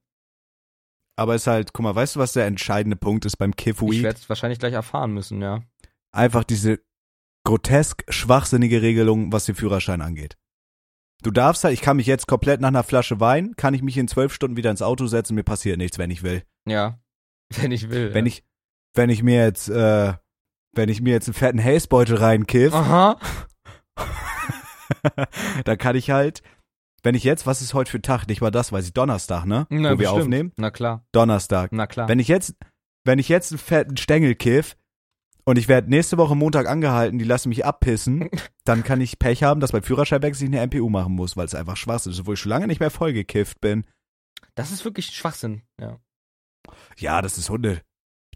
Aber ist halt, guck mal, weißt du, was der entscheidende Punkt ist beim Ich Kiff-Weed? werde es wahrscheinlich gleich erfahren müssen, ja. Einfach diese grotesk schwachsinnige Regelung, was den Führerschein angeht. Du darfst halt, ich kann mich jetzt komplett nach einer Flasche Wein, kann ich mich in zwölf Stunden wieder ins Auto setzen, mir passiert nichts, wenn ich will. Ja. Wenn ich will. Wenn ja. ich, wenn ich mir jetzt, äh, wenn ich mir jetzt einen fetten Haze-Beutel reinkiff, Aha. dann kann ich halt, wenn ich jetzt, was ist heute für Tag? Nicht mal das, weiß ich, Donnerstag, ne? Na, Wo wir bestimmt. aufnehmen? Na klar. Donnerstag. Na klar. Wenn ich jetzt, wenn ich jetzt einen fetten Stängel kiff und ich werde nächste Woche Montag angehalten, die lassen mich abpissen, dann kann ich Pech haben, dass beim Führerscheinwechsel ich eine MPU machen muss, weil es einfach Schwachsinn ist, obwohl ich schon lange nicht mehr voll gekifft bin. das ist wirklich Schwachsinn. Ja. Ja, das ist Hunde.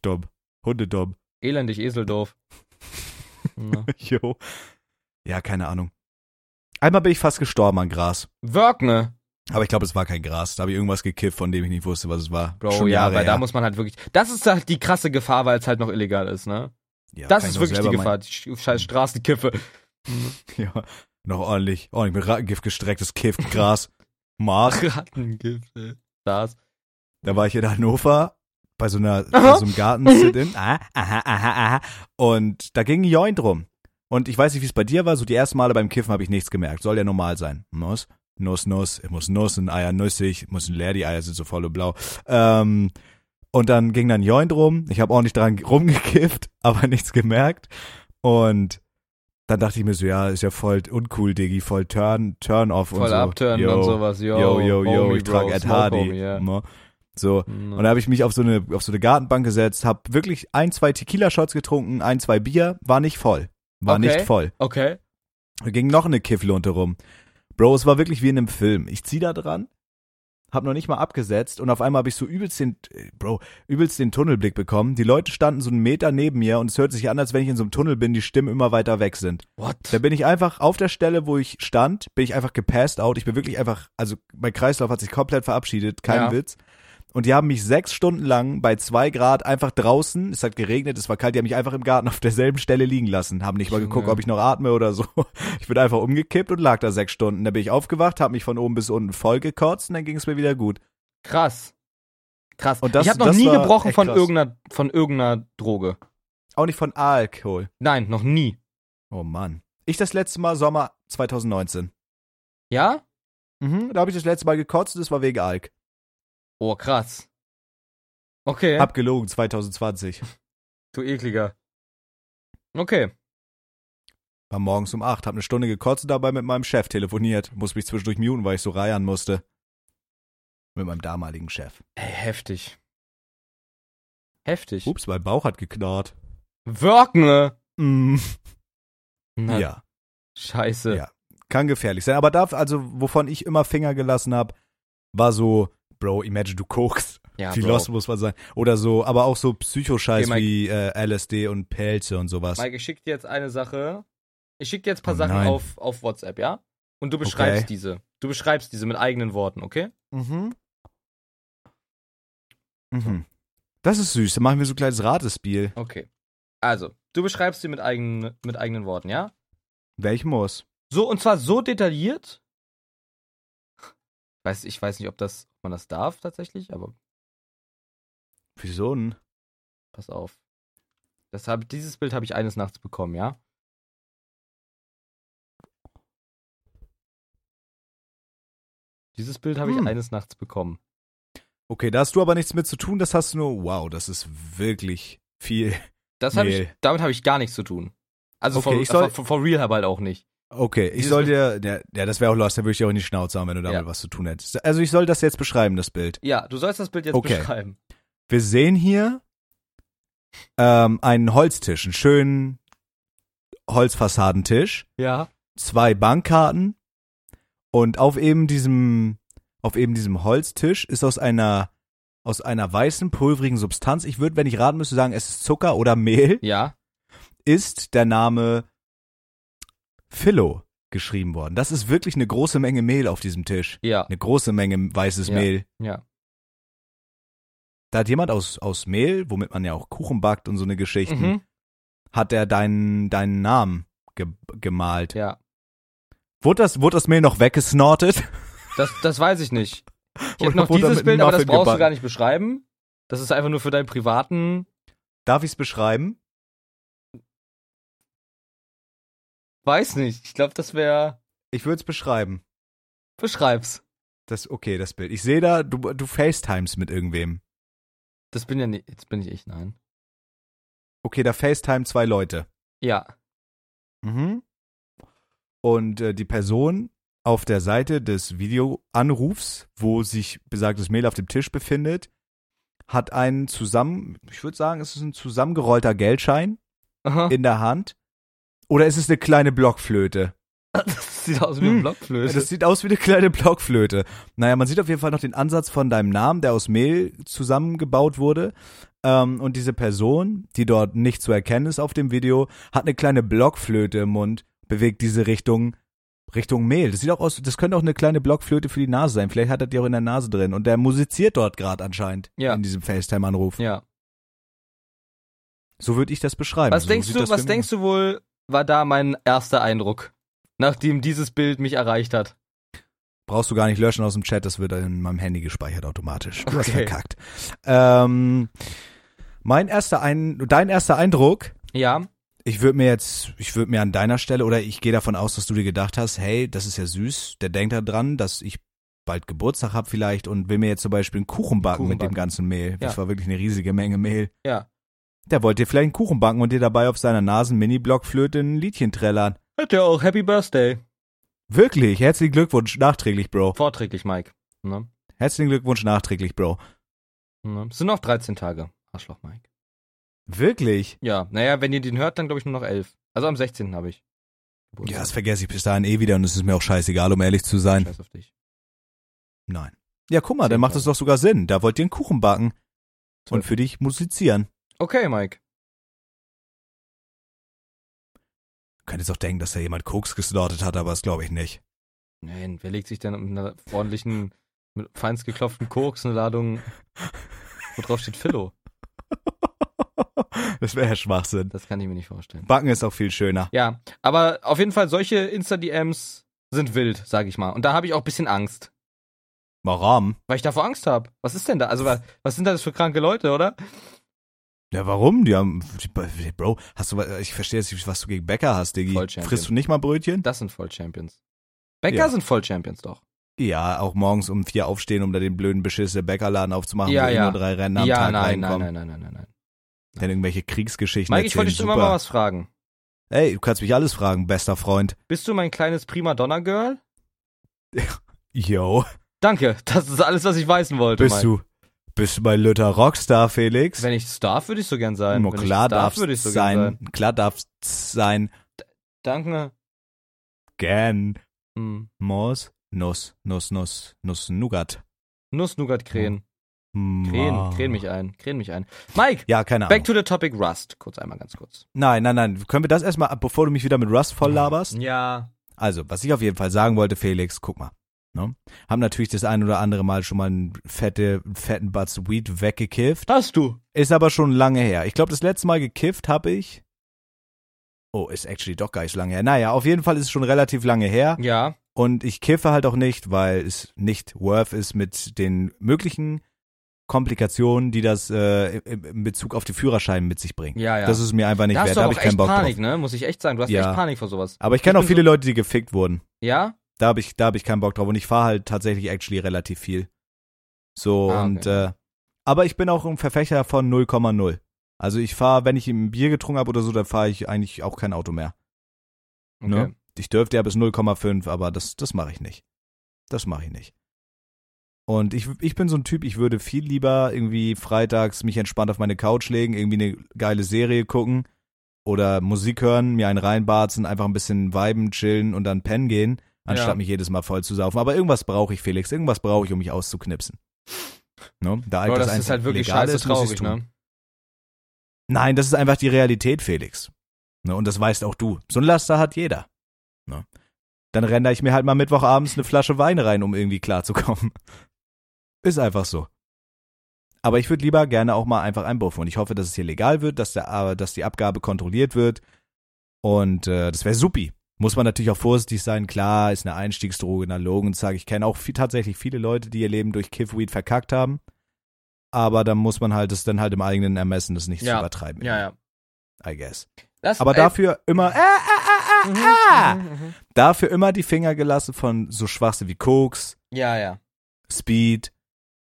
Dumm. Hunde dumm. Elendig Eseldorf. ja. Jo. Ja, keine Ahnung. Einmal bin ich fast gestorben an Gras. Workne. Aber ich glaube, es war kein Gras. Da habe ich irgendwas gekifft, von dem ich nicht wusste, was es war. Bro, Schon ja, Jahre weil da her. muss man halt wirklich. Das ist halt die krasse Gefahr, weil es halt noch illegal ist, ne? ja, das kann ich ist noch wirklich die selber Gefahr. Die sch- scheiß Straßenkiffe. Mein, ja, noch ordentlich. Oh, Ordentlich mit Rattengift gestrecktes Kiff, Gras, Mars. Rattengiffe. Das. Da war ich in Hannover bei so einer Aha. bei so einem Garten-Sit-In. aha, aha, aha, aha. Und da ging ein Joint rum. Und ich weiß nicht, wie es bei dir war, so die ersten Male beim Kiffen habe ich nichts gemerkt. Soll ja normal sein. Nuss, Nuss, Nuss, ich muss Nuss, ein Eier nüssig, muss leer, die Eier sind so voll und blau. Ähm, und dann ging dann ein Joint rum. Ich habe auch nicht dran rumgekifft, aber nichts gemerkt. Und dann dachte ich mir so, ja, ist ja voll uncool, Diggi, voll Turn, Turn off und Voll so. abturnen Yo, und sowas. Yo, Yo, yo, yo, homie, ich bro, trage Ed smoke, Hardy. homie, Mhm. Mm. ja. ne? So, und da Na. habe ich mich auf so eine auf so eine Gartenbank gesetzt, habe wirklich ein, zwei Tequila Shots getrunken, ein, zwei Bier, war nicht voll. War Okay. nicht voll. Okay. Da ging noch eine Kifflunte rum. Bro, es war wirklich wie in einem Film. Ich zieh da dran, hab noch nicht mal abgesetzt und auf einmal habe ich so übelst den äh, Bro, übelst den Tunnelblick bekommen. Die Leute standen so einen Meter neben mir und es hört sich an, als wenn ich in so einem Tunnel bin, die Stimmen immer weiter weg sind. What? Da bin ich einfach auf der Stelle, wo ich stand, bin ich einfach gepasst out. Ich bin wirklich einfach, also mein Kreislauf hat sich komplett verabschiedet, kein Ja. Witz. Und die haben mich sechs Stunden lang bei zwei Grad einfach draußen, es hat geregnet, es war kalt, die haben mich einfach im Garten auf derselben Stelle liegen lassen, haben nicht mal Junge. geguckt, ob ich noch atme oder so. Ich bin einfach umgekippt und lag da sechs Stunden. Da bin ich aufgewacht, habe mich von oben bis unten voll gekotzt und dann ging es mir wieder gut. Krass. Krass. Und das- ich habe noch das nie war gebrochen echt von krass. irgendeiner, von irgendeiner Droge. Auch nicht von Alkohol. Nein, noch nie. Oh Mann. Ich das letzte Mal Sommer 2019. Ja? Mhm, da habe ich das letzte Mal gekotzt und das war wegen Alk. Oh, krass. Okay. Hab gelogen 2020. du ekliger. Okay. War morgens um acht, hab eine Stunde gekotzt und dabei mit meinem Chef telefoniert. Muss mich zwischendurch muten, weil ich so reiern musste. Mit meinem damaligen Chef. Ey, heftig. Heftig. Ups, mein Bauch hat geknarrt. Wirkne. Mm. Na, Ja, Scheiße. Ja. kann gefährlich sein. Aber darf, also, wovon ich immer Finger gelassen hab, war so, Bro, imagine du kokst. Ja, Wie Bro. lost muss man sein. Oder so, aber auch so Psychoscheiß Okay, Mike. wie äh, LSD und Pelze und sowas. Mike, ich schick dir jetzt eine Sache. Ich schick dir jetzt ein paar Oh Sachen nein. auf, auf WhatsApp, ja? Und du beschreibst Okay. diese. Du beschreibst diese mit eigenen Worten, okay? Mhm. Mhm. Das ist süß, da machen wir so ein kleines Ratespiel. Okay. Also, du beschreibst sie mit eigenen, mit eigenen Worten, ja? Welch muss? So, und zwar so detailliert. Weiß, ich weiß nicht, ob das, ob man das darf tatsächlich, aber Wieso denn? pass auf. Das hab, dieses Bild habe ich eines Nachts bekommen, ja? Dieses Bild habe ich Hm. eines Nachts bekommen. Okay, da hast du aber nichts mit zu tun, das hast du nur, wow, das ist wirklich viel. Das hab Nee. ich, damit habe ich gar nichts zu tun. Also Okay, for, ich soll- for, for real aber halt auch nicht. Okay, ich Dieses soll dir, ja, ja das wäre auch lost, da würde ich dir auch in die Schnauze haben, wenn du damit Ja. was zu tun hättest. Also ich soll das jetzt beschreiben, das Bild. Ja, du sollst das Bild jetzt Okay. beschreiben. Wir sehen hier ähm, einen Holztisch, einen schönen Holzfassadentisch, Ja. zwei Bankkarten und auf eben diesem auf eben diesem Holztisch ist aus einer aus einer weißen pulverigen Substanz, ich würde, wenn ich raten müsste, sagen, es ist Zucker oder Mehl, Ja. ist der Name Philo geschrieben worden. Das ist wirklich eine große Menge Mehl auf diesem Tisch. Ja. Eine große Menge weißes Ja. Mehl. Ja. Da hat jemand aus, aus Mehl, womit man ja auch Kuchen backt und so eine Geschichten, Mhm. hat er deinen, deinen Namen ge gemalt. Ja. Wurde, das, wurde das Mehl noch weggesnortet? Das, das weiß ich nicht. Ich Oder habe noch wurde dieses mit Bild, aber das Muffin brauchst du gebacken? gar nicht beschreiben. Das ist einfach nur für deinen privaten. Darf ich es beschreiben? Weiß nicht. Ich glaube, das wäre. Ich würde es beschreiben. Beschreib's. Das, okay, das Bild. Ich sehe da, du, du FaceTimes mit irgendwem. Das bin ja nicht. Jetzt bin ich ich, nein. Okay, da FaceTime zwei Leute. Ja. Mhm. Und äh, die Person auf der Seite des Videoanrufs, wo sich besagtes Mail auf dem Tisch befindet, hat einen zusammen, ich würde sagen, es ist ein zusammengerollter Geldschein Aha. in der Hand. Oder ist es eine kleine Blockflöte? Das sieht aus wie Hm. ein Ja, Blockflöte. Das sieht aus wie eine kleine Blockflöte. Naja, man sieht auf jeden Fall noch den Ansatz von deinem Namen, der aus Mehl zusammengebaut wurde. Ähm, und diese Person, die dort nicht zu erkennen ist auf dem Video, hat eine kleine Blockflöte im Mund, bewegt diese Richtung Richtung Mehl. Das sieht auch aus, das könnte auch eine kleine Blockflöte für die Nase sein. Vielleicht hat er die auch in der Nase drin. Und der musiziert dort gerade anscheinend Ja. in diesem FaceTime-Anruf. ja. So würde ich das beschreiben. Was so denkst sieht du, das was für mich denkst du wohl, war da mein erster Eindruck, nachdem dieses Bild mich erreicht hat? Brauchst du gar nicht löschen aus dem Chat, das wird in meinem Handy gespeichert automatisch. Du hast Okay. verkackt. Ähm, mein erster ein, dein erster Eindruck, Ja, ich würde mir jetzt, ich würde mir an deiner Stelle oder ich gehe davon aus, dass du dir gedacht hast, hey, das ist ja süß, der denkt da dran, dass ich bald Geburtstag habe vielleicht und will mir jetzt zum Beispiel einen Kuchen backen Kuchen mit dem backen. ganzen Mehl. Das Ja. war wirklich eine riesige Menge Mehl. ja. Der wollte dir vielleicht einen Kuchen backen und dir dabei auf seiner Nasen-Mini-Blockflöte ein Liedchen trällern. Hätte ja auch Happy Birthday. Wirklich, herzlichen Glückwunsch nachträglich, Bro. Vorträglich, Mike. Ne? Herzlichen Glückwunsch nachträglich, Bro. Ne? Es sind noch 13 Tage. Arschloch, Mike. Wirklich? Ja, naja, wenn ihr den hört, dann glaube ich nur noch 11. Also am 16. habe ich. Ja, das vergesse ich bis dahin eh wieder und es ist mir auch scheißegal, um ehrlich zu sein. Scheiß auf dich. Nein. Ja, guck mal, dann macht es doch sogar Sinn. Da wollt ihr einen Kuchen backen und für dich musizieren. Okay, Mike. Könnt jetzt auch denken, dass da jemand Koks gesnortet hat, aber das glaube ich nicht. Nein, wer legt sich denn mit einer ordentlichen, mit feinst geklopften Koks eine Ladung, wo drauf steht Philo? Das wäre ja Schwachsinn. Das kann ich mir nicht vorstellen. Backen ist auch viel schöner. Ja, aber auf jeden Fall, solche Insta-DMs sind wild, sag ich mal. Und da habe ich auch ein bisschen Angst. Warum? Weil ich davor Angst habe. Was ist denn da? Also, wa- was sind das für kranke Leute, oder? Ja, warum? Die haben, die- Bro, hast du, was- ich verstehe jetzt nicht, was du gegen Bäcker hast, Diggi. Voll Champion. Frisst du nicht mal Brötchen? Das sind Voll-Champions. Bäcker Ja. sind Voll-Champions doch. Ja, auch morgens um vier aufstehen, um da den blöden Beschiss der Bäckerladen aufzumachen, Ja, wo eh ja. nur drei Rennen am ja, nein, Tag nein, nein, reinkommen. nein, nein, nein, nein. Dann irgendwelche Kriegsgeschichten Mike, ich wollte dich erzählen. immer Super. mal was fragen. Ey, du kannst mich alles fragen, bester Freund. Bist du mein kleines Prima-Donna-Girl? Yo, Danke, das ist alles, was ich wissen wollte, bist Mike. du, bist du mein Lütter Rockstar, Felix? Wenn ich darf, würde ich so gern sein. Nur Wenn klar ich darf, darfst würde ich so sein, gern sein. klar darfst sein, Danke. gern, Hm. Moos, Nuss, Nuss, Nuss, Nuss, Nougat. Nuss-Nougat-Krähen. Krähen, Mua. krähen mich ein, krähen mich ein. Mike, Hm. Ja, keine back Ahnung. to the topic Rust. Kurz einmal ganz kurz. Nein, nein, nein, können wir das erstmal, ab, bevor du mich wieder mit Rust voll laberst? Ja. Also, was ich auf jeden Fall sagen wollte, Felix, guck mal. Ne? Haben natürlich das ein oder andere Mal schon mal einen fette, fetten Butts Weed weggekifft. Hast du? Ist aber schon lange her. Ich glaube, das letzte Mal gekifft habe ich. Oh, ist actually doch gar nicht lange her. Naja, auf jeden Fall ist es schon relativ lange her. Ja. Und ich kiffe halt auch nicht, weil es nicht worth ist mit den möglichen Komplikationen, die das äh, im- im Bezug auf die Führerschein mit sich bringt. Ja, ja. Das ist mir einfach nicht da hast wert. du Da aber auch habe ich keinen echt Bock Panik, drauf. ne? Muss ich echt sagen. Du hast Ja. echt Panik vor sowas. Aber ich kenne Ich auch bin viele Leute, die gefickt wurden. Ja? Da habe ich, da hab ich keinen Bock drauf. Und ich fahre halt tatsächlich actually relativ viel. So, Ah, okay. und äh, aber ich bin auch ein Verfechter von 0,0. Also ich fahre, wenn ich ein Bier getrunken habe oder so, dann fahre ich eigentlich auch kein Auto mehr. Ne? Ich dürfte ja bis 0,5, aber das, das mache ich nicht. Das mache ich nicht. Und ich, ich bin so ein Typ, ich würde viel lieber irgendwie freitags mich entspannt auf meine Couch legen, irgendwie eine geile Serie gucken oder Musik hören, mir einen reinbarzen, einfach ein bisschen viben, chillen und dann pennen gehen, anstatt Ja. mich jedes Mal voll zu saufen. Aber irgendwas brauche ich, Felix, irgendwas brauche ich, um mich auszuknipsen. Ne? Da Bro, das, einfach ist halt wirklich legal scheiße ist, muss ich's traurig, tun. ne? Nein, das ist einfach die Realität, Felix. Ne, und das weißt auch du. So ein Laster hat jeder. Ne? Dann renne ich mir halt mal Mittwochabends eine Flasche Wein rein, um irgendwie klarzukommen. Ist einfach so. Aber ich würde lieber gerne auch mal einfach einbuffen. Und ich hoffe, dass es hier legal wird, dass, der, aber dass die Abgabe kontrolliert wird. Und äh, das wäre supi. Muss man natürlich auch vorsichtig sein. Klar, ist eine Einstiegsdroge, eine Logenzag. Ich kenne auch viel, tatsächlich viele Leute, die ihr Leben durch Kiffweed verkackt haben. Aber dann muss man halt das dann halt im eigenen Ermessen, das nicht zu Ja. übertreiben. ne? Ja, ja. I guess. Das, Aber ey, dafür immer, äh, äh, äh, mhm, äh, äh, mhm, mhm. dafür immer die Finger gelassen von so Schwachsinn wie Koks, Ja, ja. Speed,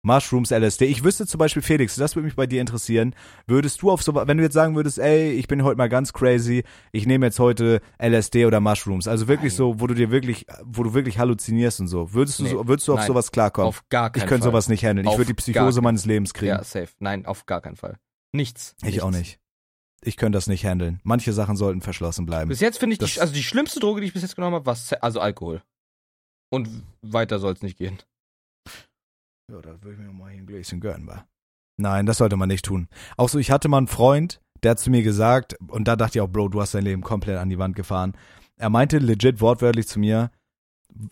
Mushrooms, LSD. Ich wüsste zum Beispiel, Felix, das würde mich bei dir interessieren. Würdest du auf so, wenn du jetzt sagen würdest, ey, ich bin heute mal ganz crazy, ich nehme jetzt heute LSD oder Mushrooms, also wirklich Nein. so, wo du dir wirklich, wo du wirklich halluzinierst und so, würdest du, Nee. so, würdest du auf Nein. sowas klarkommen? Auf gar keinen ich könnte Fall. sowas nicht handeln. Ich Auf würde die Psychose gar- meines Lebens kriegen. Ja, safe. Nein, auf gar keinen Fall. Nichts. ich auch Nichts. nicht. Ich könnte das nicht handeln. Manche Sachen sollten verschlossen bleiben. Bis jetzt finde ich, Ähm, Das- die, also die schlimmste Droge, die ich bis jetzt genommen habe, war Ze- also Alkohol. Und weiter soll es nicht gehen. Ja, da würde ich mir mal hier ein Gläschen gönnen, wa? Nein, das sollte man nicht tun. Auch so, ich hatte mal einen Freund, der hat zu mir gesagt, und da dachte ich auch, Bro, du hast dein Leben komplett an die Wand gefahren. Er meinte legit wortwörtlich zu mir,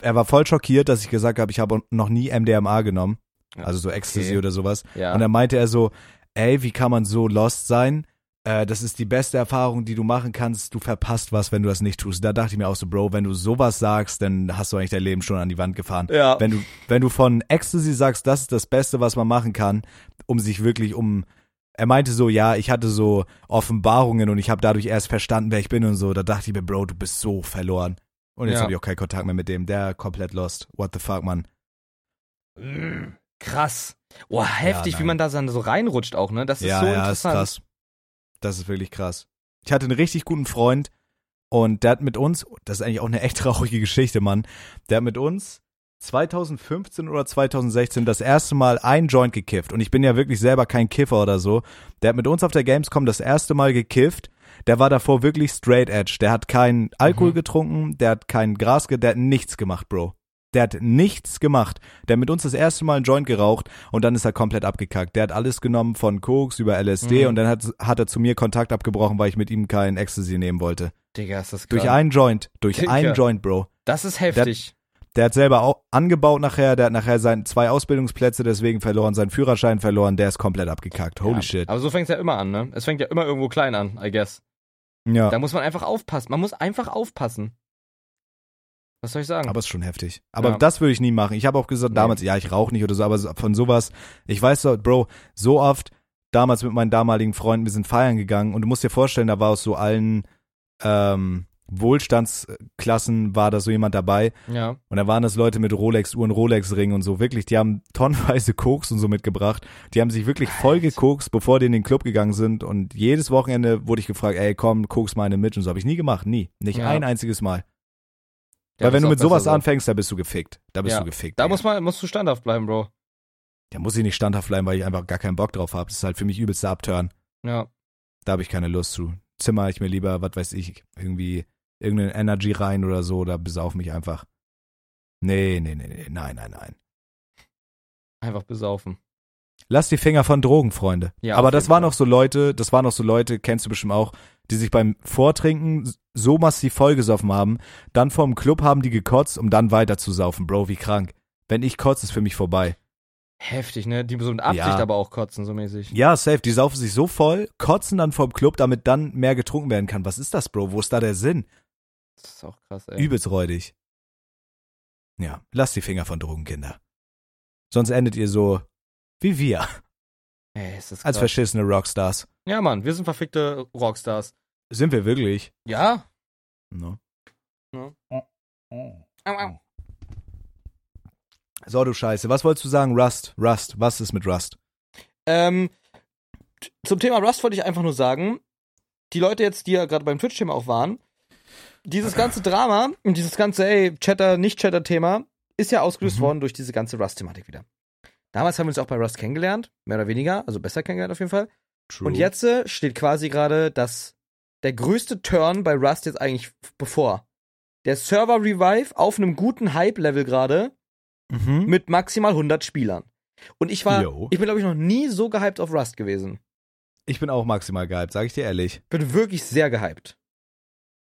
er war voll schockiert, dass ich gesagt habe, ich habe noch nie MDMA genommen, Ja, also so Ecstasy okay. oder sowas. Ja. Und dann meinte er so, ey, wie kann man so lost sein? Äh, das ist die beste Erfahrung, die du machen kannst. Du verpasst was, wenn du das nicht tust. Da dachte ich mir auch so, Bro, wenn du sowas sagst, dann hast du eigentlich dein Leben schon an die Wand gefahren. Ja. Wenn du, wenn du von Ecstasy sagst, das ist das Beste, was man machen kann, um sich wirklich um. Er meinte so, ja, ich hatte so Offenbarungen und ich habe dadurch erst verstanden, wer ich bin und so. Da dachte ich mir, Bro, du bist so verloren. Und jetzt Ja. habe ich auch keinen Kontakt mehr mit dem. Der komplett lost. What the fuck, Mann. Mm, Krass. Boah, heftig, wie nein. man da dann so reinrutscht auch, ne? Das ist ja, so ja, ist interessant. krass. Das ist wirklich krass. Ich hatte einen richtig guten Freund und der hat mit uns, das ist eigentlich auch eine echt traurige Geschichte, Mann, der hat mit uns 2015 oder 2016 das erste Mal ein Joint gekifft und ich bin ja wirklich selber kein Kiffer oder so. Der hat mit uns auf der Gamescom das erste Mal gekifft. Der war davor wirklich straight edge. Der hat keinen Alkohol Mhm. getrunken, der hat kein Gras, ge- der hat nichts gemacht, Bro. Der hat nichts gemacht. Der hat mit uns das erste Mal einen Joint geraucht und dann ist er komplett abgekackt. Der hat alles genommen von Koks über LSD Mhm. und dann hat, hat er zu mir Kontakt abgebrochen, weil ich mit ihm keinen Ecstasy nehmen wollte. Digga, ist das krass. Durch einen Joint. Durch Digga. einen Joint, Bro. das ist heftig. Der hat selber auch angebaut nachher, der hat nachher sein zwei Ausbildungsplätze deswegen verloren, seinen Führerschein verloren, der ist komplett abgekackt. Holy ja. shit. Aber so fängt's ja immer an, ne? Es fängt ja immer irgendwo klein an, I guess. Ja. Da muss man einfach aufpassen. Man muss einfach aufpassen. Was soll ich sagen? Aber ist schon heftig. Aber Ja. das würde ich nie machen. Ich habe auch gesagt Nee. damals, ja, ich rauche nicht oder so, aber so- von sowas, ich weiß so, Bro, so oft damals mit meinen damaligen Freunden, wir sind feiern gegangen und du musst dir vorstellen, da war aus so allen ähm, Wohlstandsklassen war da so jemand dabei ja. und da waren das Leute mit Rolex-Uhren, Rolex-Ringen und so, wirklich, die haben tonnenweise Koks und so mitgebracht. Die haben sich wirklich voll gekokst, bevor die in den Club gegangen sind und jedes Wochenende wurde ich gefragt, ey, komm, koks mal eine mit und so. Habe ich nie gemacht, nie. Nicht Ja. ein einziges Mal. Ja, Weil wenn ist du auch mit besser sowas so. anfängst, da bist du gefickt. Da bist Ja. du gefickt. Da Digga. muss man, musst du standhaft bleiben, Bro. da muss ich nicht standhaft bleiben, weil ich einfach gar keinen Bock drauf habe. Das ist halt für mich übelster Abturn. Ja. Da habe ich keine Lust zu. Zimmer ich mir lieber, was weiß ich, irgendwie irgendeinen Energy rein oder so, da besauf mich einfach. Nee, nee, nee, nee, nein, nein, nein. Einfach besaufen. Lass die Finger von Drogen, Freunde. Ja, Aber auf das jeden waren Fall. auch so Leute, das waren auch so Leute, kennst du bestimmt auch, die sich beim Vortrinken so massiv vollgesoffen haben, dann vorm Club haben die gekotzt, um dann weiter zu saufen. Bro, wie krank. Wenn ich kotze, ist für mich vorbei. Heftig, ne? Die so mit Absicht Ja. aber auch kotzen, so mäßig. Ja, safe. Die saufen sich so voll, kotzen dann vom Club, damit dann mehr getrunken werden kann. Was ist das, Bro? Wo ist da der Sinn? Das ist auch krass, ey. Übelst räudig. Ja, lasst die Finger von Drogen, Kinder. Sonst endet ihr so wie wir, ey ist das krass. als verschissene Rockstars. ja, Mann, wir sind verfickte Rockstars. Sind wir wirklich? Ja. No. Ne? No. Oh, Au, au. So, du Scheiße. Was wolltest du sagen? Rust, Rust. Was ist mit Rust? Ähm, zum Thema Rust wollte ich einfach nur sagen, die Leute jetzt, die ja gerade beim Twitch-Thema auch waren, dieses ganze Drama und dieses ganze, ey, Chatter, Nicht-Chatter-Thema ist ja ausgelöst Mhm. worden durch diese ganze Rust-Thematik wieder. Damals haben wir uns auch bei Rust kennengelernt, mehr oder weniger, also besser kennengelernt auf jeden Fall. True. Und jetzt äh, steht quasi gerade das, der größte Turn bei Rust jetzt eigentlich f- bevor. Der Server Revive auf einem guten Hype-Level gerade Mhm. mit maximal 100 Spielern. Und ich war, Jo. ich bin glaube ich noch nie so gehypt auf Rust gewesen. Ich bin auch maximal gehypt, sag ich dir ehrlich. Bin wirklich sehr gehypt.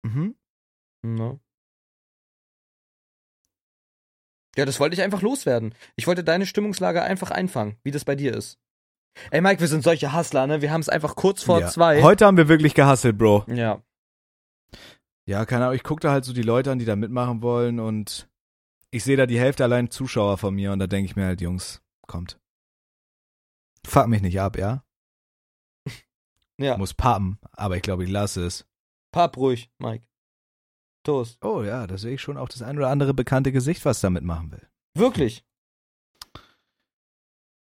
Ne? Mhm. Ja, das wollte ich einfach loswerden. Ich wollte deine Stimmungslage einfach einfangen, wie das bei dir ist. Ey Mike, wir sind solche Hustler, ne? Wir haben es einfach kurz vor ja. zwei. Heute haben wir wirklich gehasselt, Bro. ja. Ja, keine Ahnung, ich gucke da halt so die Leute an, die da mitmachen wollen und ich sehe da die Hälfte allein Zuschauer von mir und da denke ich mir halt, Jungs, kommt. Fuck mich nicht ab, ja? Ja. Muss pappen, aber ich glaube, ich lasse es. Pap ruhig, Mike. Toast. Oh ja, da sehe ich schon auch das ein oder andere bekannte Gesicht, was damit machen will. Wirklich.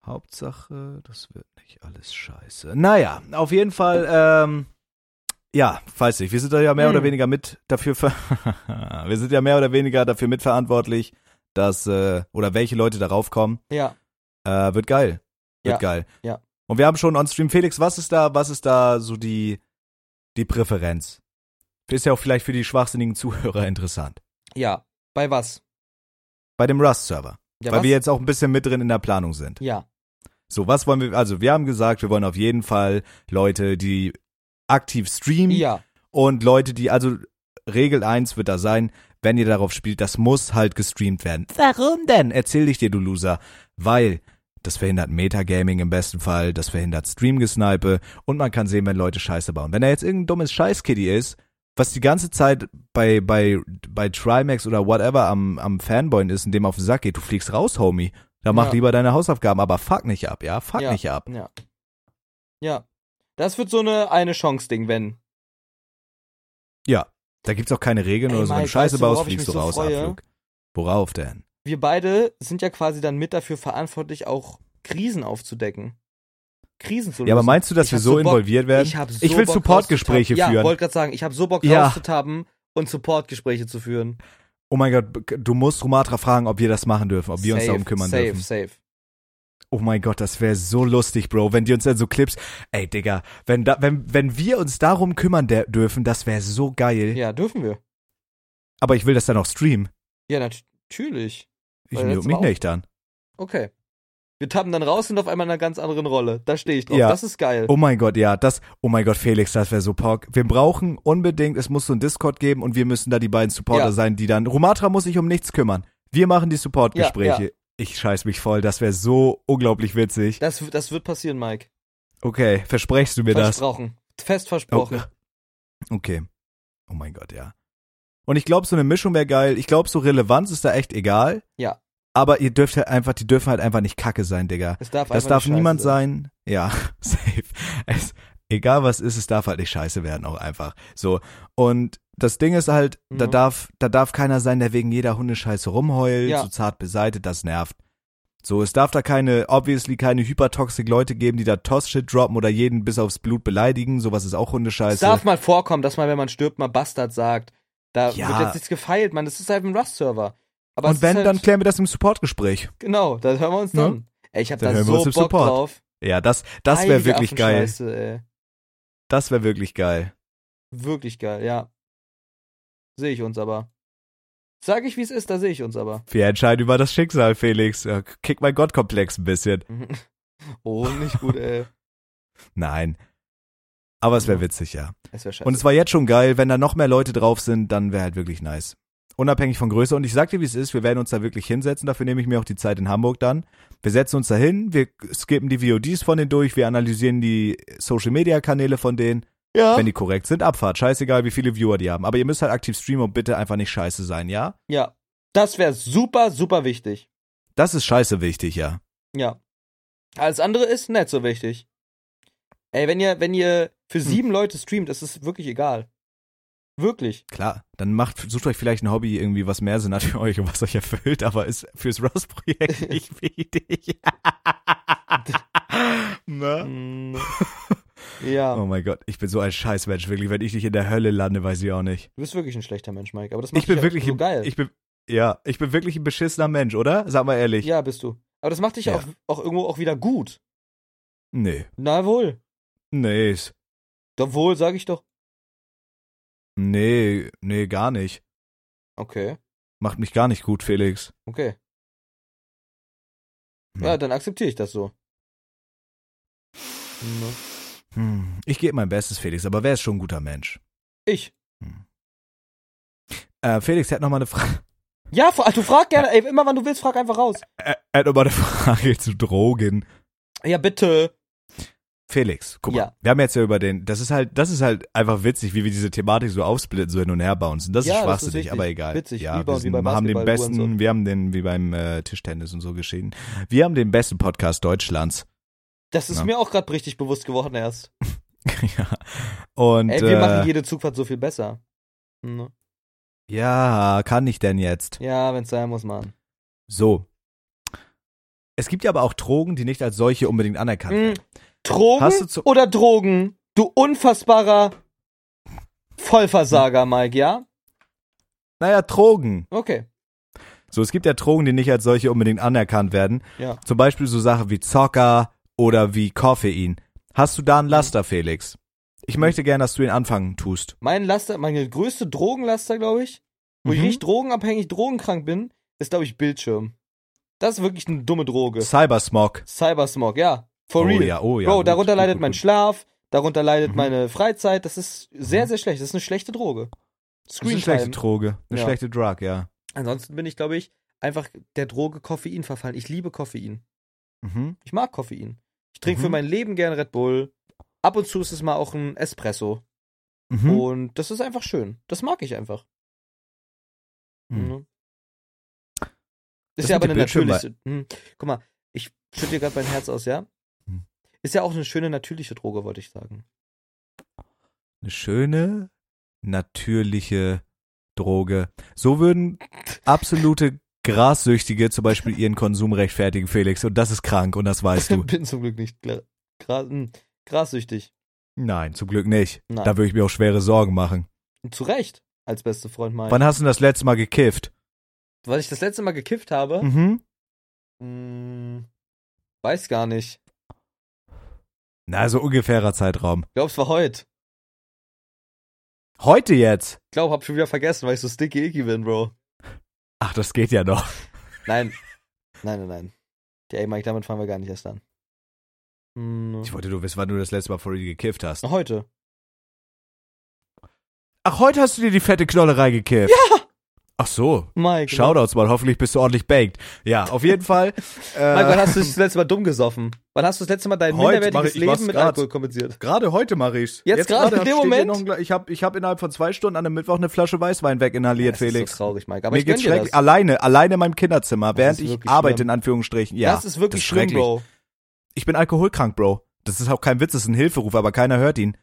Hauptsache, das wird nicht alles scheiße. Naja, auf jeden Fall, ähm, ja, weiß nicht. Wir sind da ja mehr Hm. oder weniger mit dafür ver Wir sind ja mehr oder weniger dafür mitverantwortlich, dass, äh, oder welche Leute darauf kommen. Ja. Äh, wird geil. Wird Ja, geil. ja. Und wir haben schon on Stream Felix, was ist da, was ist da so die, die Präferenz? Ist ja auch vielleicht für die schwachsinnigen Zuhörer interessant. Ja. Bei was? Bei dem Rust-Server. Ja, weil was? wir jetzt auch ein bisschen mit drin in der Planung sind. ja. So, was wollen wir, also wir haben gesagt, wir wollen auf jeden Fall Leute, die aktiv streamen Ja. und Leute, die, also Regel 1 wird da sein, wenn ihr darauf spielt, das muss halt gestreamt werden. Warum denn? Erzähl ich dir, du Loser. Weil das verhindert Metagaming im besten Fall, das verhindert Streamgesnipe und man kann sehen, wenn Leute Scheiße bauen. Wenn er jetzt irgendein dummes Scheißkitty ist, was die ganze Zeit bei, bei, bei Trimax oder whatever am, am Fanboyen ist und dem auf den Sack geht, du fliegst raus, Homie. Da mach Ja. lieber deine Hausaufgaben, aber fuck nicht ab, ja? Fuck Ja. nicht ab. Ja. Ja. Das wird so eine eine Chance Ding, wenn. Da gibt's auch keine Regeln Ey, oder so. Wenn Mike, du Scheiße weißt du, baust, worauf ich fliegst du mich so raus, freue? Abflug. Worauf denn? Wir beide sind ja quasi dann mit dafür verantwortlich, auch Krisen aufzudecken. Krisen zu lösen. Ja, aber meinst du, dass Ich wir hab so Bock- involviert werden? Ich, hab so ich will Bock, Supportgespräche rauszutappen. Ja, führen. wollte gerade sagen, ich habe so Bock Ja. rauszutappen und Supportgespräche zu führen. oh mein Gott, du musst Romatra fragen, ob wir das machen dürfen, ob wir uns Safe, darum kümmern safe, dürfen. Safe, safe. Oh mein Gott, das wäre so lustig, Bro, wenn die uns dann so Clips. Ey, Digga, wenn, da, wenn, wenn wir uns darum kümmern der, dürfen, das wäre so geil. Ja, dürfen wir. Aber ich will das dann auch streamen. Ja, nat- natürlich. Ich Weil mute letztes mich Mal auch- nicht dann. Okay. Wir tappen dann raus und auf einmal in einer ganz anderen Rolle. Da stehe ich drauf. Ja. Das ist geil. Oh mein Gott, ja, das. Oh mein Gott, Felix, das wäre so Pock. Wir brauchen unbedingt, es muss so ein Discord geben und wir müssen da die beiden Supporter Ja. sein, die dann. Romatra muss sich um nichts kümmern. Wir machen die Supportgespräche. Ja, Ich scheiß mich voll, das wäre so unglaublich witzig. Das, das wird passieren, Mike. Okay, versprechst du mir das? Oh. Versprochen. Fest versprochen. Okay. Oh mein Gott, ja. Und ich glaube, so eine Mischung wäre geil. Ich glaube, so Relevanz ist da echt egal. Ja. Aber ihr dürft halt einfach, die dürfen halt einfach nicht kacke sein, Digga. Es darf Das einfach darf nicht scheiße niemand sein. Ja, safe. Es, egal was ist, es darf halt nicht scheiße werden, auch einfach. So. Und das Ding ist halt, da Mhm. darf, da darf keiner sein, der wegen jeder Hundescheiße rumheult, Ja. so zart beseitet, das nervt. So, es darf da keine, obviously keine hypertoxic Leute geben, die da Toss-Shit droppen oder jeden bis aufs Blut beleidigen, sowas ist auch Es Hundescheiße. darf mal vorkommen, dass man, wenn man stirbt, mal Bastard sagt. Da Ja. wird jetzt nichts gefeilt, Mann. Das ist halt ein Rust-Server. Aber es Und ist wenn, halt, dann klären wir das im Supportgespräch. Genau, da hören wir uns Ne? dann. Ey, ich hab Dann da hören wir so uns im Bock Support. drauf. Ja, das, das wäre Heilige wirklich geil. Affenscheiße, Ey. Das wäre wirklich geil. Wirklich geil, ja. Sehe ich uns aber. Sag ich, wie es ist, da sehe ich uns aber. Wir entscheiden über das Schicksal, Felix. Ja, Kick mein Gottkomplex ein bisschen. Oh, nicht gut, ey. Nein. Aber es wäre witzig, ja. Es wäre scheiße. Und es war jetzt schon geil, wenn da noch mehr Leute drauf sind, dann wäre halt wirklich nice. Unabhängig von Größe. Und ich sag dir, wie es ist, wir werden uns da wirklich hinsetzen. Dafür nehme ich mir auch die Zeit in Hamburg dann. Wir setzen uns da hin, wir skippen die VODs von denen durch, wir analysieren die Social-Media-Kanäle von denen. ja, Wenn die korrekt sind, Abfahrt. Scheißegal, wie viele Viewer die haben. Aber ihr müsst halt aktiv streamen und bitte einfach nicht scheiße sein, ja? ja. Das wäre super, super wichtig. Das ist scheiße wichtig, ja. Ja. Alles andere ist nicht so wichtig. Ey, wenn ihr, wenn ihr für Hm. sieben Leute streamt, ist es wirklich egal. Wirklich. Klar, dann macht, sucht euch vielleicht ein Hobby irgendwie, was mehr Sinn hat für euch und was euch erfüllt, aber ist fürs Rust-Projekt nicht wichtig. ne? Mm, Ja. Oh mein Gott, ich bin so ein Scheißmensch, wirklich. Wenn ich nicht in der Hölle lande, weiß ich auch nicht. Du bist wirklich ein schlechter Mensch, Mike. Aber das macht Ich bin dich wirklich auch so ein, geil. Ich bin, ja, ich bin wirklich ein beschissener Mensch, oder? Sag mal ehrlich. ja, bist du. Aber das macht dich ja. Ja. auch, auch irgendwo auch wieder gut. Nee. Na wohl. Nee, ist- Doch wohl, sag ich doch. nee, nee, gar nicht. Okay, Macht mich gar nicht gut, Felix. okay. Hm. Ja, dann akzeptiere ich das so. Ne? Hm. Ich gebe mein Bestes, Felix, aber wer ist schon ein guter Mensch? Ich. Äh, Felix, er hat nochmal eine, Fra Ja, fra- du frag gerne, ey, immer wann du willst, frag einfach raus. äh, er hat noch mal eine Frage zu Drogen. Ja, bitte. Felix, guck Ja. mal, wir haben jetzt ja über den, das ist halt, das ist halt einfach witzig, wie wir diese Thematik so aufsplitten, so hin und her bouncen. Das Ja, das ist ist schwachsinnig, witzig. aber egal. Witzig, wie ja, bei- wir wie sind, bei haben den Basketball, besten, Uhrensohn. wir haben den, wie beim äh, Tischtennis und so geschehen, wir haben den besten Podcast Deutschlands. Das ist Ja. mir auch gerade richtig bewusst geworden erst. ja. Und Ey, wir äh, machen jede Zugfahrt so viel besser. Ne? ja, kann ich denn jetzt? Ja, wenn's sein muss, Mann. So. Es gibt ja aber auch Drogen, die nicht als solche unbedingt anerkannt Mhm. werden. Hast du Drogen zu- oder Drogen? Du unfassbarer Hm. Vollversager, Mike, ja? Naja, Drogen. Okay. So, es gibt ja Drogen, die nicht als solche unbedingt anerkannt werden. Ja. Zum Beispiel so Sachen wie Zocker oder wie Koffein. Hast du da ein Laster, Felix? Ich Hm. möchte gern, dass du ihn anfangen tust. Mein Laster, meine größte Drogenlaster, glaube ich, wo ich Mhm. nicht drogenabhängig, drogenkrank bin, ist, glaube ich, Bildschirm. Das ist wirklich eine dumme Droge. Cybersmog. Cybersmog, ja. For oh real. ja, oh ja. Bro, gut, darunter gut, leidet gut, mein gut. Schlaf, darunter leidet Mhm. meine Freizeit. Das ist sehr, sehr schlecht. Das ist eine schlechte Droge. Das ist Screen eine schlechte Time. Droge. Eine Ja. schlechte Drug, ja. Ansonsten bin ich, glaube ich, einfach der Droge Koffein verfallen. Ich liebe Koffein. Mhm. Ich mag Koffein. Ich trinke für Mhm. mein Leben gern Red Bull. Ab und zu ist es mal auch ein Espresso. Mhm. Und das ist einfach schön. Das mag ich einfach. Mhm. Ne? Ist Das ja mit aber dem eine Bildschirm natürliche. Hm. Guck mal, ich schütte dir gerade mein Herz aus, ja? Mhm. Ist ja auch eine schöne natürliche Droge, wollte ich sagen. Eine schöne, natürliche Droge. So würden absolute Grassüchtige zum Beispiel ihren Konsum rechtfertigen, Felix. Und das ist krank und das weißt du. Bin zum Glück nicht gra gra hm, grassüchtig. Nein, zum Glück nicht. Nein. Da würde ich mir auch schwere Sorgen machen. Zu Recht, als beste Freund mein. Wann hast du denn das letzte Mal gekifft? Weil ich das letzte Mal gekifft habe, Mhm. Mm, weiß gar nicht. Na, so ungefährer Zeitraum. Ich glaube, es war heute. Heute jetzt? Ich glaube, hab schon wieder vergessen, weil ich so sticky icky bin, Bro. Ach, das geht ja noch. Nein. nein, nein, nein. Ja, ey, Mike, damit fangen wir gar nicht erst an. Mm, Ich wollte nur wissen, wann du das letzte Mal vor dir gekifft hast. heute. Ach, heute hast du dir die fette Knollerei gekifft. Ja! Ach so. Mike. Shoutouts mal, hoffentlich bist du ordentlich baked. Ja, auf jeden Fall. Äh, Mike, wann hast du dich das letzte Mal dumm gesoffen? Wann hast du das letzte Mal dein Heute, mach minderwertiges ich- ich mach's Leben mit grad. Alkohol kompensiert? Gerade heute mache ich's. Jetzt gerade in dem steht hier Moment? noch ein Gla- ich habe ich hab innerhalb von zwei Stunden an einem Mittwoch eine Flasche Weißwein weginhaliert, das Felix. ist so traurig, Mike. Aber Mir ich gönn geht's dir schrecklich. das. Alleine, alleine in meinem Kinderzimmer, während ist ich wirklich arbeite, schlimm. in Anführungsstrichen. Ja, das ist wirklich ist schlimm, schrecklich. Bro. Ich bin alkoholkrank, Bro. Das ist auch kein Witz, das ist ein Hilferuf, aber keiner hört ihn.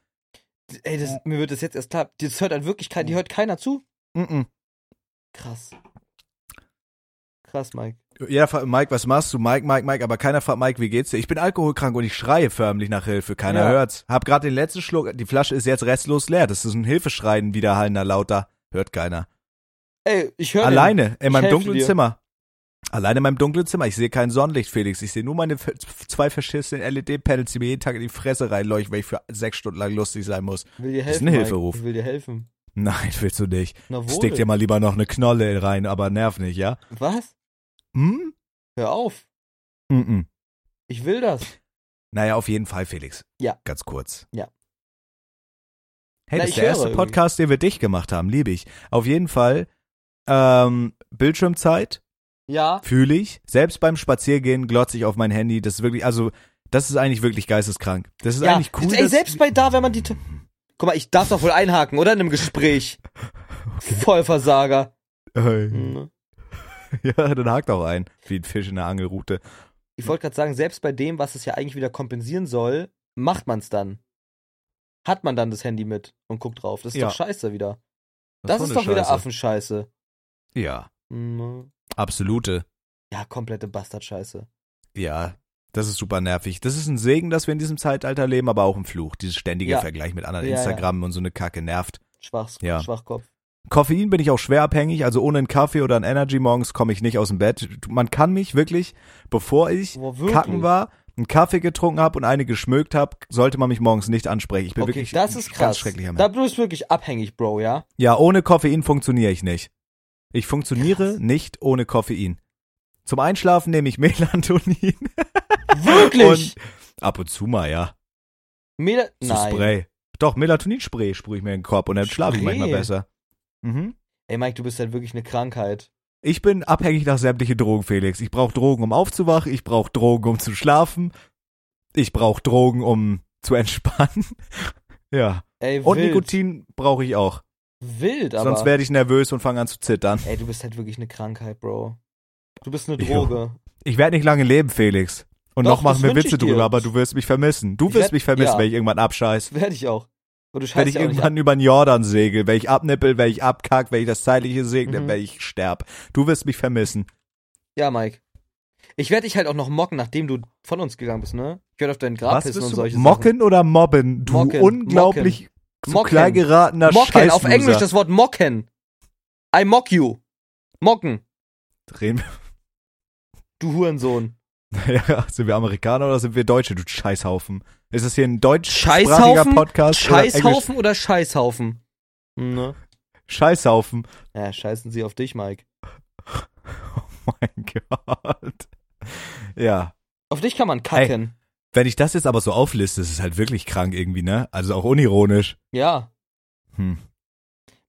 Ey, das, mir wird das jetzt erst klar. Das hört an Wirklichkeit, die hört keiner zu. Mm Krass. Krass, Mike. -mm. Jeder fragt, Mike, was machst du? Mike, Mike, Mike, aber keiner fragt, Mike, wie geht's dir? Ich bin alkoholkrank und ich schreie förmlich nach Hilfe. Keiner Ja. hört's. Hab gerade den letzten Schluck, die Flasche ist jetzt restlos leer. Das ist ein Hilfeschreien, widerhallender, lauter. Hört keiner. Ey, ich höre Alleine, in meinem helfe dunklen dir. Zimmer. Alleine in meinem dunklen Zimmer. Ich sehe kein Sonnenlicht, Felix. Ich sehe nur meine f- zwei verschissenen LED-Panels, die mir jeden Tag in die Fresse reinleuchten, weil ich für sechs Stunden lang lustig sein muss. Ich will dir helfen. Das ist ein Mike. Hilferuf. Ich will dir helfen. Nein, willst du nicht. Na wohl. Stick dir mal lieber noch eine Knolle rein, aber nerv nicht, ja? Was? Hm? Hör auf. Mm-mm. Ich will das. Naja, auf jeden Fall, Felix. Ja. Ganz kurz. Ja. Na, Hey, ich das ist der höre erste irgendwie. Podcast, den wir dich gemacht haben, liebe ich. Auf jeden Fall, ähm, Bildschirmzeit. Ja. Fühle ich. Selbst beim Spaziergehen glotze ich auf mein Handy. Das ist wirklich, also, das ist eigentlich wirklich geisteskrank. Das ist ja. eigentlich cool. Ey, dass- selbst bei da, wenn man die. T- Guck mal, ich darf doch wohl einhaken, oder? In einem Gespräch. Vollversager. Ey, Mhm. Ja, dann hakt auch ein. Wie ein Fisch in der Angelrute. Ich wollte gerade sagen, selbst bei dem, was es ja eigentlich wieder kompensieren soll, macht man es dann. Hat man dann das Handy mit und guckt drauf. Das ist Ja. doch scheiße wieder. Das, ist ist so doch eine wieder Scheiße. Affenscheiße. Ja, Mhm. absolute. Ja, komplette Bastardscheiße. Ja, Das ist super nervig. Das ist ein Segen, dass wir in diesem Zeitalter leben, aber auch ein Fluch. Dieses ständige Ja. Vergleich mit anderen Ja, ja. Instagram und so eine Kacke nervt. Schwach, Ja. Schwachkopf. Koffein bin ich auch schwer abhängig, also ohne einen Kaffee oder ein Energy morgens komme ich nicht aus dem Bett. Man kann mich wirklich, bevor ich Boah, wirklich? kacken war, einen Kaffee getrunken habe und eine geschmögt habe, sollte man mich morgens nicht ansprechen. Ich bin Okay, wirklich das ist ein krass. ganz schrecklicher Da Mensch. du bist wirklich abhängig, Bro, ja? Ja, ohne Koffein funktioniere ich nicht. Ich funktioniere Krass. nicht ohne Koffein. Zum Einschlafen nehme ich Melatonin. Wirklich? Ab und zu mal, ja. Mela So Nein. Spray. Doch, Melatonin-Spray sprühe ich mir in den Korb und dann schlafe ich Spray? manchmal besser. Mhm. Ey, Mike, du bist halt wirklich eine Krankheit. Ich bin abhängig nach sämtlichen Drogen, Felix. Ich brauche Drogen, um aufzuwachen. Ich brauche Drogen, um zu schlafen. Ich brauche Drogen, um zu entspannen. ja. Ey, Und wild. Nikotin brauche ich auch. Wild, aber. Sonst werde ich nervös und fange an zu zittern. Ey, du bist halt wirklich eine Krankheit, Bro. Du bist eine Jo. Droge. Ich werde nicht lange leben, Felix. Und Doch, noch machen das wir wünsch Witze ich dir. drüber, aber du wirst mich vermissen. Du Ich wirst werd- mich vermissen, ja. wenn ich irgendwann abscheiß. Das werde ich auch. Und du Wenn scheißt ich ja auch nicht ab. irgendwann über den Jordan segel, wenn ich abnippel, wenn ich abkack, wenn ich das Zeitliche segne, Mhm. wenn ich sterb. Du wirst mich vermissen. Ja, Mike. Ich werde dich halt auch noch mocken, nachdem du von uns gegangen bist, ne? Ich werde auf deinen Grab Was pissen bist und du? solche Sachen. Mocken oder mobben? Du Mocken, unglaublich zu Mocken. klein geratener Mocken, auf Scheißloser. Englisch das Wort mocken. I mock you. Mocken, Drehen du Hurensohn. wir, ja, sind wir Amerikaner oder sind wir Deutsche, du Scheißhaufen? Ist das hier ein deutschsprachiger Scheißhaufen? Podcast? oder Englisch? Hm, Scheißhaufen oder Scheißhaufen? Ne? Scheißhaufen. Ja, scheißen sie auf dich, Mike. Mein Gott. Ja. Auf dich kann man kacken. Wenn ich das jetzt aber so aufliste, ist es halt wirklich krank irgendwie, ne? Also auch unironisch. Ja. Hm.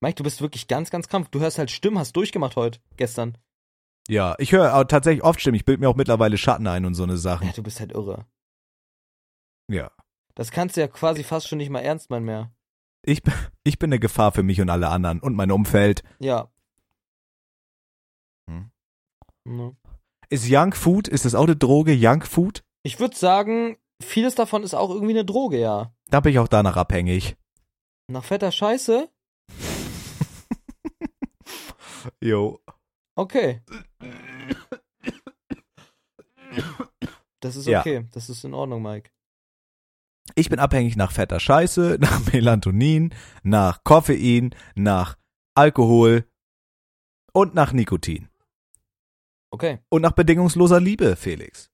Mike, du bist wirklich ganz, ganz krampf. Du hörst halt Stimmen, hast durchgemacht heute, gestern. Ja, ich höre auch tatsächlich oft Stimmen. Ich bild mir auch mittlerweile Schatten ein und so eine Sachen. Ja, du bist halt irre. Ja. Das kannst du ja quasi fast schon nicht mal ernst meinen mehr. Ich, b- ich bin eine Gefahr für mich und alle anderen und mein Umfeld. Ja. Hm. Ne. Ist Young Food, ist das auch eine Droge, Young Food? Ich würde sagen, vieles davon ist auch irgendwie eine Droge, ja. Da bin ich auch danach abhängig. Nach fetter Scheiße? Jo. Okay. Das ist Ja. okay. Das ist in Ordnung, Mike. Ich bin abhängig nach fetter Scheiße, nach Melatonin, nach Koffein, nach Alkohol und nach Nikotin. Okay, Und nach bedingungsloser Liebe, Felix.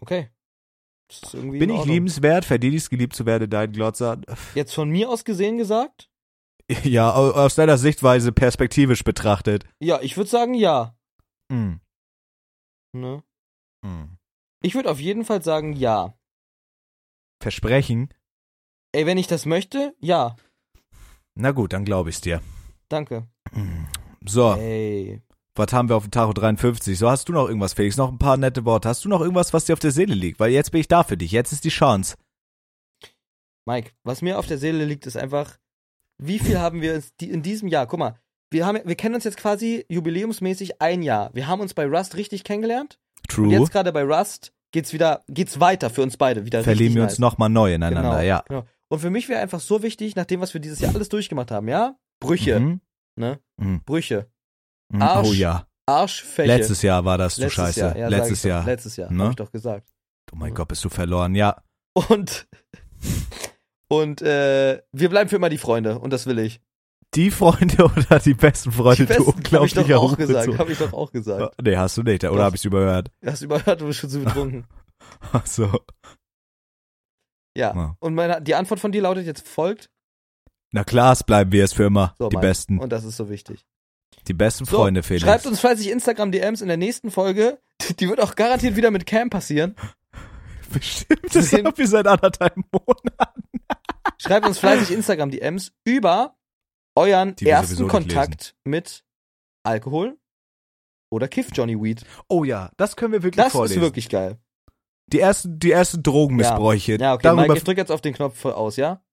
okay. Das ist irgendwie Bin in ich Ordnung. liebenswert, verdiene ich es, geliebt zu werden, dein Glotzer? Jetzt von mir aus gesehen gesagt? Ja, au- aus deiner Sichtweise perspektivisch betrachtet. Ja, ich würde sagen ja. Mm. Ne? hm. Ich würde auf jeden Fall sagen ja. Versprechen? Ey, wenn ich das möchte, ja. Na gut, dann glaube ich's dir. Danke. So, Äh. Ey. was haben wir auf dem Tacho 53? So, hast du noch irgendwas, Felix? Noch ein paar nette Worte. Hast du noch irgendwas, was dir auf der Seele liegt? Weil jetzt bin ich da für dich. Jetzt ist die Chance. Mike, was mir auf der Seele liegt, ist einfach, wie viel haben wir uns die- in diesem Jahr? Guck mal, wir, haben, wir kennen uns jetzt quasi jubiläumsmäßig ein Jahr. Wir haben uns bei Rust richtig kennengelernt. Und True. jetzt gerade bei Rust geht's wieder, geht's weiter für uns beide wieder Verlieben richtig wir uns nochmal neu ineinander, genau, ja. Genau. Und für mich wäre einfach so wichtig, nachdem was wir dieses Jahr alles durchgemacht haben, ja? Brüche, Mhm. ne? Mhm. Brüche, Mhm. Arsch. Oh ja. Arschfäche. Letztes Jahr war das, du Letztes Scheiße. Jahr, ja, sag ich Letztes doch. Jahr. Letztes Jahr, Ne? hab ich doch gesagt. oh mein Gott, bist du verloren, ja. Und, und äh, wir bleiben für immer die Freunde und das will ich. Die Freunde oder die besten Freunde, Die besten, hab ich du doch unglaublicher auch gesagt, Hurensohn. hab ich doch auch gesagt. Nee, hast du nicht, Doch. oder hab ich's überhört? Du hast überhört, du bist schon zu betrunken. Ach so. Ja. Ja. Und meine, die Antwort von dir lautet jetzt folgt. Na klar, es bleiben wir es für immer. So, die Mike. besten, Und das ist so wichtig. die besten So, Freunde, Felix. Schreibt uns fleißig Instagram-DMs in der nächsten Folge. Die wird auch garantiert wieder mit Cam passieren. Bestimmt, das Sehen- haben wir seit anderthalb Monaten. Schreibt uns fleißig Instagram-DMs über euren Die wir ersten sowieso nicht Kontakt mit Alkohol oder Kiff Johnny Weed. Oh ja, das können wir wirklich Das ist vorlesen. wirklich geil. die ersten, die ersten Drogenmissbräuche. Ja, okay, Darüber Mike, ich drück jetzt auf den Knopf voll aus, ja?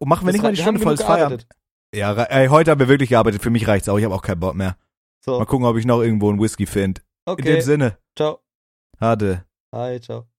Oh, machen wir nicht mal die Das- wir haben Stunde voll genug ist Feierabend. gearbeitet. Ja, re- ey, heute haben wir wirklich gearbeitet. Für mich reicht's auch. Ich habe auch keinen Bock mehr. So, Mal gucken, ob ich noch irgendwo einen Whisky finde. In dem okay. Sinne, Ciao. hatte. Hi, ciao.